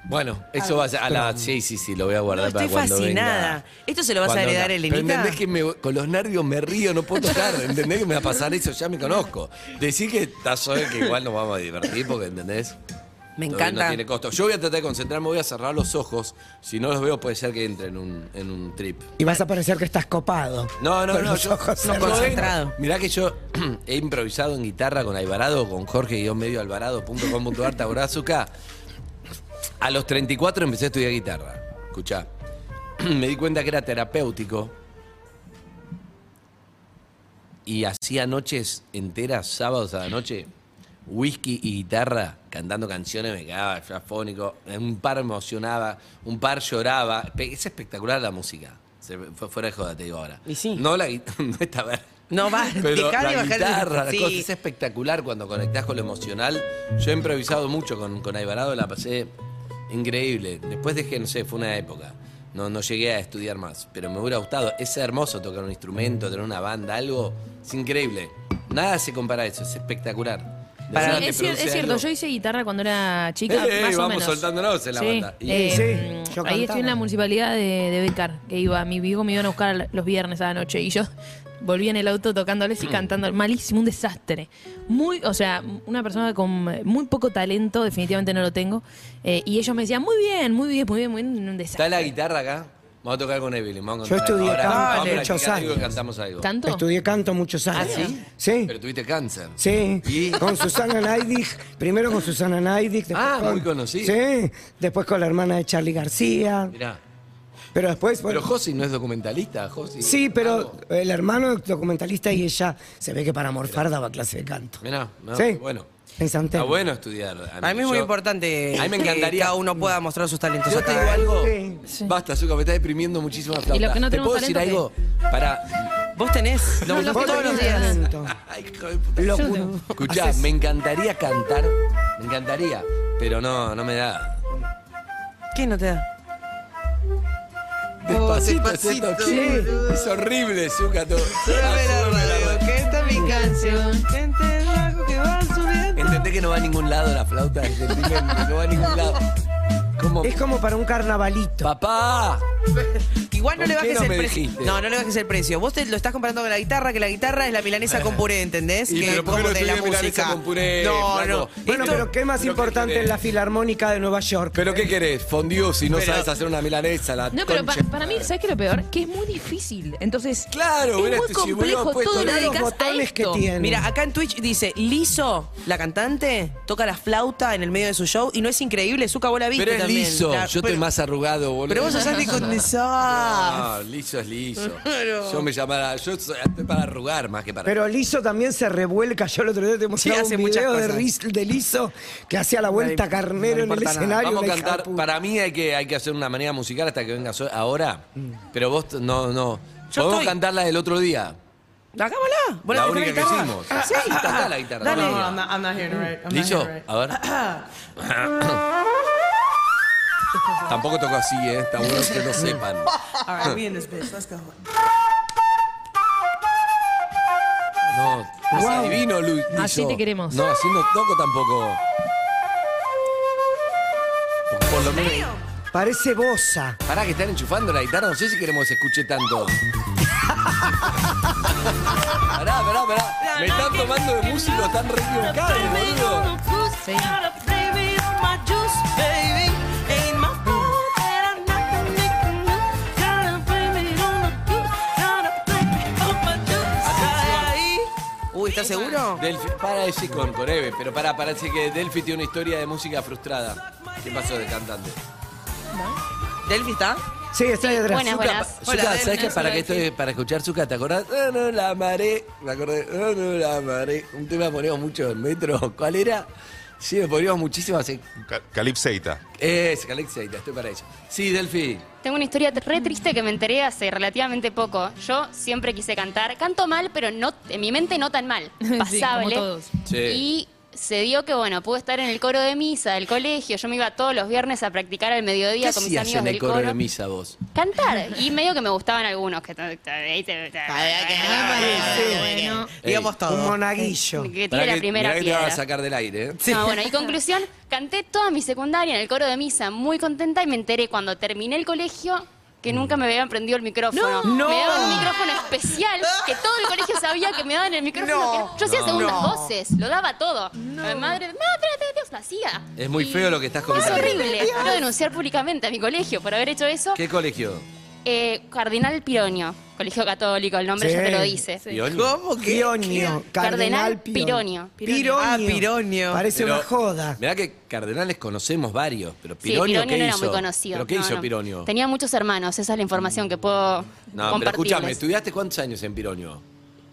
Speaker 3: Bueno, eso va a ser a la. Sí, sí, sí, lo voy a
Speaker 2: No,
Speaker 3: guardar
Speaker 2: estoy
Speaker 3: para cuando
Speaker 2: fascinada.
Speaker 3: venga.
Speaker 2: Esto se lo vas
Speaker 3: Cuando
Speaker 2: a heredar,
Speaker 3: venga.
Speaker 2: Elenita.
Speaker 3: Pero entendés que me- con los nervios me río, no puedo
Speaker 2: *laughs*
Speaker 3: tocar. ¿Entendés que me va a pasar eso? Ya me conozco. Decir que está soy que igual nos vamos a divertir porque, ¿entendés?
Speaker 2: Me
Speaker 3: Todavía No
Speaker 2: encanta.
Speaker 3: tiene costo. Yo voy a tratar de concentrarme, voy a cerrar los ojos. Si no los veo, puede ser que entre en un, en un trip.
Speaker 5: Y vas a parecer que estás copado.
Speaker 3: No, no,
Speaker 5: Con
Speaker 3: no.
Speaker 5: los
Speaker 3: Yo,
Speaker 5: ojos
Speaker 3: no,
Speaker 5: cerrados.
Speaker 2: Concentrado.
Speaker 3: Mirá que yo *clears throat* he improvisado en guitarra con Alvarado, con Jorge-medioalvarado.com.ar, ¿te acordás, Zucca? A los 34 empecé a estudiar guitarra. Escuchá. *clears throat* Me di cuenta que era terapéutico. Y hacía noches enteras, sábados a la noche, whisky y guitarra, cantando canciones, me quedaba afónico. Un par me emocionaba, un par lloraba. Pe- Es espectacular la música. Se- fue fuera de joda, te digo ahora.
Speaker 2: Y sí.
Speaker 3: No la guitarra, *laughs* no esta ver.
Speaker 2: No, va,
Speaker 3: *laughs* Pero
Speaker 2: dejá de
Speaker 3: la
Speaker 2: bajar el-
Speaker 3: guitarra, la
Speaker 2: Sí.
Speaker 3: cosa, es espectacular cuando conectás con lo emocional. Yo he improvisado mucho con, con Alvarado, la pasé increíble. Después dejé, no sé, fue una época. No, no llegué a estudiar más, pero me hubiera gustado. Es hermoso tocar un instrumento, tener una banda, algo. Es increíble. Nada se compara a eso, es espectacular. Para-
Speaker 6: Sí, es,
Speaker 3: te
Speaker 6: cier-
Speaker 3: produce
Speaker 6: es cierto,
Speaker 3: algo.
Speaker 6: yo hice guitarra cuando era chica.
Speaker 3: Eh,
Speaker 6: más o
Speaker 3: vamos
Speaker 6: menos.
Speaker 3: soltándonos en la
Speaker 6: Sí,
Speaker 3: banda. Y-
Speaker 6: eh,
Speaker 5: Sí, yo
Speaker 6: ahí
Speaker 5: cantaba.
Speaker 6: estoy en la municipalidad de, de Becar, que iba, mi viejo me iban a buscar los viernes a la noche y yo *laughs* volví en el auto tocándoles y
Speaker 3: Mm.
Speaker 6: cantando. Malísimo, un desastre. Muy, o sea, una persona con muy poco talento, definitivamente no lo tengo. eh, y ellos me decían, muy bien, muy bien, muy bien, muy bien, un
Speaker 3: ¿Está
Speaker 6: desastre.
Speaker 3: la guitarra acá? Vamos a tocar con Evelyn. Vamos a
Speaker 5: Yo
Speaker 3: cantar.
Speaker 5: estudié
Speaker 3: Ahora,
Speaker 5: canto
Speaker 3: vamos a
Speaker 5: hace
Speaker 3: practicar
Speaker 5: muchos
Speaker 3: algo y
Speaker 5: años.
Speaker 3: cantamos algo.
Speaker 6: ¿Canto? ¿Ah,
Speaker 5: Estudié canto muchos años.
Speaker 6: ¿sí?
Speaker 5: Sí.
Speaker 3: Pero tuviste cáncer.
Speaker 5: Sí,
Speaker 3: ¿Y?
Speaker 5: con Susana Naidic, primero con Susana Naidic, después
Speaker 3: Ah,
Speaker 5: con,
Speaker 3: muy conocida.
Speaker 5: Sí, después con la hermana de Charlie García,
Speaker 3: Mirá.
Speaker 5: pero después bueno,
Speaker 3: Pero Josi no es documentalista, Josi.
Speaker 5: Sí, pero
Speaker 3: Algo.
Speaker 5: el hermano es documentalista y ella se ve que para morfar daba clase de canto.
Speaker 3: Mirá, no,
Speaker 5: Sí.
Speaker 3: bueno.
Speaker 5: En San
Speaker 3: Está
Speaker 5: Telmo.
Speaker 3: Ah, bueno estudiar.
Speaker 2: A mí es muy
Speaker 3: Yo-
Speaker 2: importante
Speaker 3: A mí me
Speaker 2: que
Speaker 3: encantaría.
Speaker 2: cada uno pueda mostrar sus talentos.
Speaker 3: Yo
Speaker 2: a
Speaker 3: te
Speaker 2: cada
Speaker 3: digo algo.
Speaker 5: Sí.
Speaker 6: Sí.
Speaker 3: Basta, Zucca, me está deprimiendo muchísimo la
Speaker 6: lo
Speaker 3: flauta.
Speaker 6: que no
Speaker 3: ¿Te
Speaker 6: tenemos
Speaker 3: puedo decir algo?
Speaker 6: talento,
Speaker 3: Para.
Speaker 2: Vos tenés
Speaker 6: No,
Speaker 2: los-
Speaker 6: los
Speaker 2: todos
Speaker 6: tengo.
Speaker 2: los días.
Speaker 3: *laughs* Ay, hijo de puta.
Speaker 5: Lo
Speaker 6: Yo
Speaker 5: cu-
Speaker 6: tengo.
Speaker 3: Escuchá,
Speaker 5: haces-
Speaker 3: me encantaría cantar. Me encantaría. Pero no, no me da.
Speaker 2: *laughs* ¿Qué no te da? Oh,
Speaker 3: Despacito, despacito. ¿qué? Es horrible, Zucca. todo. Asúmeme la radio.
Speaker 2: que esta es mi canción. Gente bajo que va subiendo.
Speaker 3: Entendé que no va a ningún lado la flauta. Entendí que no va a ningún lado. Como.
Speaker 5: Es como para un carnavalito.
Speaker 3: ¡Papá!
Speaker 2: Igual no
Speaker 3: ¿Por
Speaker 2: le
Speaker 3: qué
Speaker 2: bajes
Speaker 3: no
Speaker 2: el
Speaker 3: me
Speaker 2: precio.
Speaker 3: dijiste?
Speaker 2: No, no le bajes el precio. Vos te lo estás comparando con la guitarra, que la guitarra es la milanesa con puré, ¿entendés?
Speaker 3: Y
Speaker 2: que
Speaker 3: pero ¿por qué
Speaker 2: como
Speaker 3: no
Speaker 2: tenés la
Speaker 3: estudié milanesa
Speaker 2: música.
Speaker 3: con puré,
Speaker 2: no,
Speaker 3: flaco?
Speaker 2: no.
Speaker 5: Bueno,
Speaker 2: Esto-
Speaker 5: pero qué más
Speaker 3: pero qué
Speaker 5: importante
Speaker 3: querés.
Speaker 5: en la Filarmónica de Nueva York.
Speaker 3: ¿Pero qué querés? Fondió si no
Speaker 2: Pero-
Speaker 3: sabes hacer una milanesa. La
Speaker 6: No, pero pa-
Speaker 3: concha.
Speaker 6: para mí, ¿sabes qué es lo peor? Que es muy difícil. Entonces,
Speaker 3: Claro,
Speaker 6: es
Speaker 3: hubiera-
Speaker 6: muy
Speaker 3: si hubiera
Speaker 6: complejo.
Speaker 3: puesto
Speaker 6: todo
Speaker 3: todos
Speaker 6: lo
Speaker 3: los
Speaker 6: dedicas a
Speaker 5: botones que
Speaker 6: esto.
Speaker 5: tiene.
Speaker 2: Mira, acá en Twitch dice, Liso, la cantante, toca la flauta en el medio de su show y no es increíble, Zuka vos la viste
Speaker 3: Pero es
Speaker 2: también.
Speaker 3: liso.
Speaker 2: La-
Speaker 3: Yo estoy
Speaker 2: pero-
Speaker 3: más arrugado, boludo.
Speaker 2: Pero vos
Speaker 3: *laughs*
Speaker 2: sos anticondensado.
Speaker 3: No, liso es liso.
Speaker 2: *laughs* Claro.
Speaker 3: Yo me llamara. Yo soy- estoy para arrugar más que para.
Speaker 5: Pero Liso también se revuelca. Yo el otro día te mostré
Speaker 2: hace
Speaker 5: un
Speaker 2: muchas
Speaker 5: video de,
Speaker 2: cosas.
Speaker 5: Riz- de Liso que hacía la
Speaker 2: No
Speaker 5: vuelta
Speaker 2: le- no le
Speaker 5: carnero en el
Speaker 2: importa nada.
Speaker 5: escenario.
Speaker 3: Vamos a
Speaker 5: la hija
Speaker 3: cantar.
Speaker 5: de puta.
Speaker 3: Para mí hay que, hay que hacer una manera musical hasta que venga so- ahora.
Speaker 5: Mm.
Speaker 3: Pero vos t- no, no.
Speaker 2: Yo
Speaker 3: Podemos
Speaker 2: estoy-
Speaker 3: cantar la del otro día.
Speaker 2: Hagámosla. ¿Vos
Speaker 3: La
Speaker 2: tenés
Speaker 3: única que
Speaker 2: guitarra?
Speaker 3: hicimos.
Speaker 2: Ah, Sí,
Speaker 3: Tocá la guitarra.
Speaker 2: Dale.
Speaker 3: No, I'm ¿Liso? A ver.
Speaker 2: *coughs*
Speaker 3: Tampoco toco así, ¿eh? Está bueno que lo sepan.
Speaker 2: *laughs*
Speaker 3: No, es adivino, Luis.
Speaker 6: Así
Speaker 3: Liso.
Speaker 6: te queremos.
Speaker 3: No, así no toco tampoco. Por lo menos.
Speaker 5: Parece Bosa.
Speaker 3: Pará, que están enchufando la guitarra. No sé si queremos que se escuche
Speaker 6: *laughs*
Speaker 3: tanto. pará, pará, pará. Me están tomando de músico, están re equivocados, boludo.
Speaker 6: Sí.
Speaker 2: Uy, ¿estás seguro?
Speaker 3: Delphi, para ese con Coreve, pero pará, parece que Delphi tiene una historia de música frustrada. ¿Qué pasó de cantante?
Speaker 2: ¿Delphi está?
Speaker 5: Sí, está ahí atrás.
Speaker 7: Buenas,
Speaker 3: Zucca,
Speaker 7: buenas.
Speaker 2: Hola,
Speaker 3: Zucca, ¿sabes
Speaker 2: Delphi,
Speaker 3: qué? Para,
Speaker 2: hola,
Speaker 3: que esto, para escuchar Zucca, ¿te acordás? No, no, la amaré. Me acordé, no, no, la amaré. Un tema que poníamos mucho en metro. ¿Cuál era? Sí, lo poníamos muchísimo. Así.
Speaker 1: Ca- Calipseita.
Speaker 3: Es, Alexia, estoy para eso. Sí, Delphi.
Speaker 7: Tengo una historia re triste que me enteré hace relativamente poco. Yo siempre quise cantar. Canto mal, pero no, en mi mente no tan mal.
Speaker 6: *laughs* *laughs* Sí, como
Speaker 7: Pasable.
Speaker 6: todos.
Speaker 3: Sí.
Speaker 7: Y se dio que, bueno, pude estar en el coro de misa del colegio. Yo me iba todos los viernes a practicar al
Speaker 3: ¿Qué
Speaker 7: mediodía con mis
Speaker 3: hacías
Speaker 7: amigos
Speaker 3: en el
Speaker 7: del
Speaker 3: coro
Speaker 7: coro.
Speaker 3: de misa vos?
Speaker 7: Cantar. Y medio que me gustaban algunos. Que, que
Speaker 2: Ah,
Speaker 6: Bueno,
Speaker 2: Digamos todo.
Speaker 5: Un monaguillo.
Speaker 7: tire
Speaker 3: Pará
Speaker 7: la
Speaker 3: que-
Speaker 7: primera
Speaker 3: mirá que te van a
Speaker 7: piedra.
Speaker 3: sacar del aire, ¿eh?
Speaker 7: No, Ah, bueno, y conclusión, canté toda mi secundaria en el coro de misa, muy contenta, y me enteré cuando terminé el colegio
Speaker 3: Mm.
Speaker 7: que nunca me habían prendido el micrófono.
Speaker 2: No.
Speaker 7: Me daban un micrófono especial, que todo el colegio sabía que me daban el micrófono.
Speaker 2: No.
Speaker 7: que no- Yo hacía
Speaker 3: No.
Speaker 7: segundas
Speaker 2: No.
Speaker 7: voces, lo daba todo. Mi madre, madre de Dios, lo hacía.
Speaker 3: Es muy
Speaker 7: Y
Speaker 3: feo lo que estás
Speaker 7: Es
Speaker 3: comentando.
Speaker 7: horrible. Quiero denunciar públicamente a mi colegio por haber hecho eso.
Speaker 3: ¿Qué colegio?
Speaker 7: Eh, Cardinal Pironio, colegio católico, el nombre
Speaker 5: Sí.
Speaker 7: ya te lo dice.
Speaker 3: Pioni.
Speaker 2: ¿Cómo que?
Speaker 5: Pionio.
Speaker 7: Cardenal
Speaker 5: Cardenal Pironio.
Speaker 7: Pironio.
Speaker 5: Pironio.
Speaker 2: Ah, Pironio.
Speaker 5: Parece
Speaker 3: Pero-
Speaker 5: una joda.
Speaker 3: Mirá que cardenales conocemos varios, pero
Speaker 7: Sí,
Speaker 3: Pironio,
Speaker 7: Pironio
Speaker 3: ¿qué
Speaker 7: no
Speaker 3: hizo?
Speaker 7: era muy conocido.
Speaker 3: ¿Pero qué
Speaker 7: No,
Speaker 3: hizo
Speaker 7: no.
Speaker 3: Pironio? Mm.
Speaker 7: Tenía muchos hermanos, esa es la información que puedo
Speaker 3: No, pero
Speaker 7: compartirles.
Speaker 3: escúchame, ¿estudiaste cuántos años en Pironio?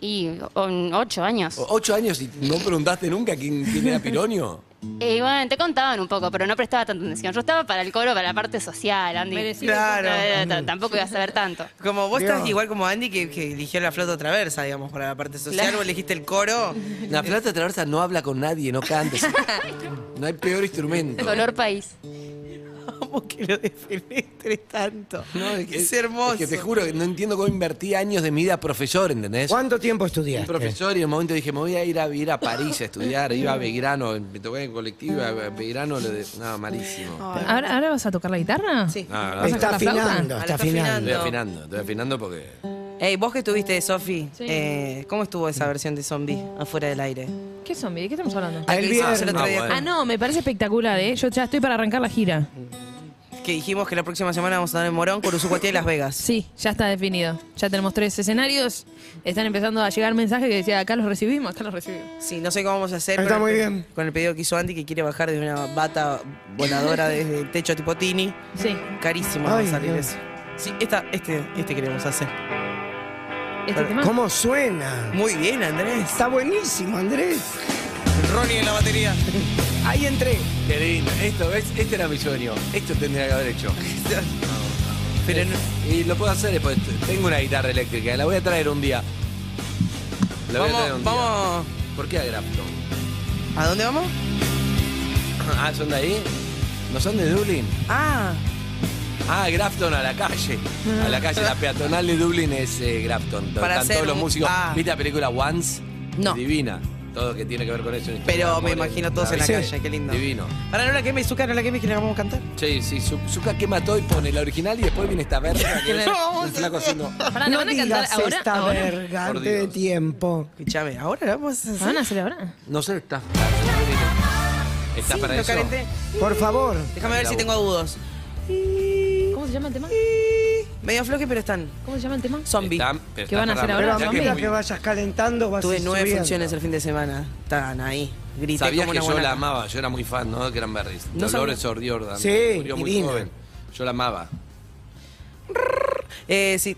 Speaker 7: Y con ocho años.
Speaker 3: O- ¿Ocho años y no preguntaste nunca quién, quién era Pironio?
Speaker 7: Eh, bueno, te contaban un poco, pero no prestaba tanta atención. Yo estaba para el coro, para la parte social, Andy.
Speaker 6: Merecido.
Speaker 2: Claro.
Speaker 7: Eh, t- Tampoco iba a
Speaker 3: *laughs*
Speaker 7: saber tanto.
Speaker 2: Como vos
Speaker 5: Dios.
Speaker 2: estás igual como Andy que, que eligió la flauta traversa, digamos, para la parte social,
Speaker 7: Claro.
Speaker 2: vos elegiste el
Speaker 5: *laughs*
Speaker 2: coro.
Speaker 3: La plata traversa no habla con nadie, no canta. sí. No hay peor instrumento.
Speaker 7: Dolor país.
Speaker 2: amo que lo defenestres tanto.
Speaker 3: No, es, que-
Speaker 2: es hermoso.
Speaker 3: es que te juro que no entiendo cómo invertí años de mi vida profesor, ¿entendés?
Speaker 5: ¿Cuánto tiempo
Speaker 3: Un
Speaker 5: estudiaste?
Speaker 3: profesor y en un momento dije, me voy a ir a vivir a París a estudiar, iba a Belgrano, me tocaba en colectivo, a Belgrano, lo de... No, malísimo.
Speaker 6: ¿Ahora, ahora vas a tocar la guitarra?
Speaker 2: Sí.
Speaker 3: No, no,
Speaker 6: ¿Vas a
Speaker 5: Está
Speaker 6: tocar la flauta?
Speaker 5: afinando,
Speaker 2: Ah,
Speaker 5: está
Speaker 2: está
Speaker 5: afinando.
Speaker 2: afinando.
Speaker 3: estoy afinando, estoy afinando porque...
Speaker 2: Ey, vos que estuviste, Sofi,
Speaker 6: Sí.
Speaker 2: eh, ¿cómo estuvo
Speaker 5: Mm.
Speaker 2: esa versión de Zombie afuera del aire?
Speaker 6: ¿Qué zombie? ¿De qué estamos hablando?
Speaker 5: Ah, El
Speaker 2: Que hicimos el otro
Speaker 5: viernes.
Speaker 2: día con-
Speaker 6: Ah, no, me parece espectacular, ¿eh? Yo ya estoy para arrancar la gira.
Speaker 2: Que dijimos que la próxima semana vamos a dar en Morón, Curuzucuatía y Las Vegas.
Speaker 6: Sí, ya está definido. Ya tenemos tres escenarios. Están empezando a llegar mensajes que decía, acá los recibimos, acá los recibimos.
Speaker 2: Sí, no sé cómo vamos a hacer.
Speaker 5: Está
Speaker 2: con el
Speaker 5: muy
Speaker 2: pe-
Speaker 5: bien.
Speaker 2: Con el pedido que hizo Andy, que quiere bajar de una bata voladora desde el techo tipo Tini.
Speaker 6: Sí,
Speaker 2: Carísimo va a
Speaker 5: Ay,
Speaker 2: salir
Speaker 5: Dios.
Speaker 2: eso. Sí, esta, este, este queremos hacer.
Speaker 6: este tema.
Speaker 5: ¿Cómo suena?
Speaker 2: Muy bien, Andrés.
Speaker 5: Está buenísimo, Andrés.
Speaker 2: Ronnie en la batería.
Speaker 5: Ahí entré.
Speaker 3: Qué lindo, esto, ¿ves? Este era mi sueño, esto tendría que haber hecho.
Speaker 2: Pero no-
Speaker 3: Y lo puedo hacer después, tengo una guitarra eléctrica, la voy a traer un día. La voy a traer
Speaker 2: vamos,
Speaker 3: un día.
Speaker 2: vamos.
Speaker 3: ¿Por qué a Grafton? *laughs*
Speaker 2: ¿A dónde vamos?
Speaker 3: Ah, ¿son de ahí? ¿No son de Dublín?
Speaker 2: Ah,
Speaker 3: Ah, Grafton a la calle. A la calle, la peatonal de Dublín es eh, Grafton. Donde
Speaker 2: Para
Speaker 3: Están
Speaker 2: hacer
Speaker 3: todos los
Speaker 2: un-
Speaker 3: músicos.
Speaker 2: ah.
Speaker 3: ¿Viste la película Once?
Speaker 2: No.
Speaker 3: Divina. Todo que tiene que ver con eso. una historia de
Speaker 2: pero
Speaker 3: amor,
Speaker 2: me imagino todos en la
Speaker 5: Sí.
Speaker 2: calle, qué lindo.
Speaker 3: Divino.
Speaker 2: Ahora no la queme, Zucca, no la queme, que la vamos a cantar.
Speaker 3: Sí, sí, Su- Zucca quema todo y pone la original y después viene esta verga
Speaker 2: *laughs*
Speaker 3: que es el flaco haciendo...
Speaker 6: Pará, ¿la
Speaker 5: no
Speaker 6: van a cantar
Speaker 5: digas
Speaker 6: ahora?
Speaker 5: esta
Speaker 6: ¿Ahora?
Speaker 5: verga
Speaker 3: Por
Speaker 5: antes de
Speaker 3: Dios.
Speaker 5: tiempo.
Speaker 2: Escuchame, ahora la vamos a
Speaker 6: ¿La
Speaker 2: hacer.
Speaker 6: van a hacer ahora?
Speaker 3: No sé, estás... ¿Estás
Speaker 2: Sí,
Speaker 3: para
Speaker 2: lo
Speaker 3: eso?
Speaker 2: calenté.
Speaker 5: Por favor.
Speaker 2: Déjame ver si tengo agudos.
Speaker 6: ¿Cómo se llama el tema?
Speaker 2: Medio floje, pero están.
Speaker 6: ¿Cómo se llama el tema?
Speaker 2: Zombie.
Speaker 3: Está- pero
Speaker 6: ¿Qué
Speaker 3: está
Speaker 6: van a hacer
Speaker 3: para-
Speaker 5: Pero
Speaker 6: ahora?
Speaker 3: Ya
Speaker 5: a
Speaker 3: que
Speaker 5: medida
Speaker 3: muy-
Speaker 5: que vayas calentando vas
Speaker 2: Tuve nueve
Speaker 5: subiendo.
Speaker 2: funciones el fin de semana. Estaban ahí. Grité
Speaker 3: Sabías
Speaker 2: como
Speaker 3: que yo
Speaker 2: una guanaca.
Speaker 3: la amaba, yo era muy fan, ¿no? De Cranberries.
Speaker 2: No
Speaker 3: Dolores O'Riordan.
Speaker 5: Sí,
Speaker 3: murió muy
Speaker 5: divina.
Speaker 3: joven. Yo la amaba.
Speaker 2: Eh, sí.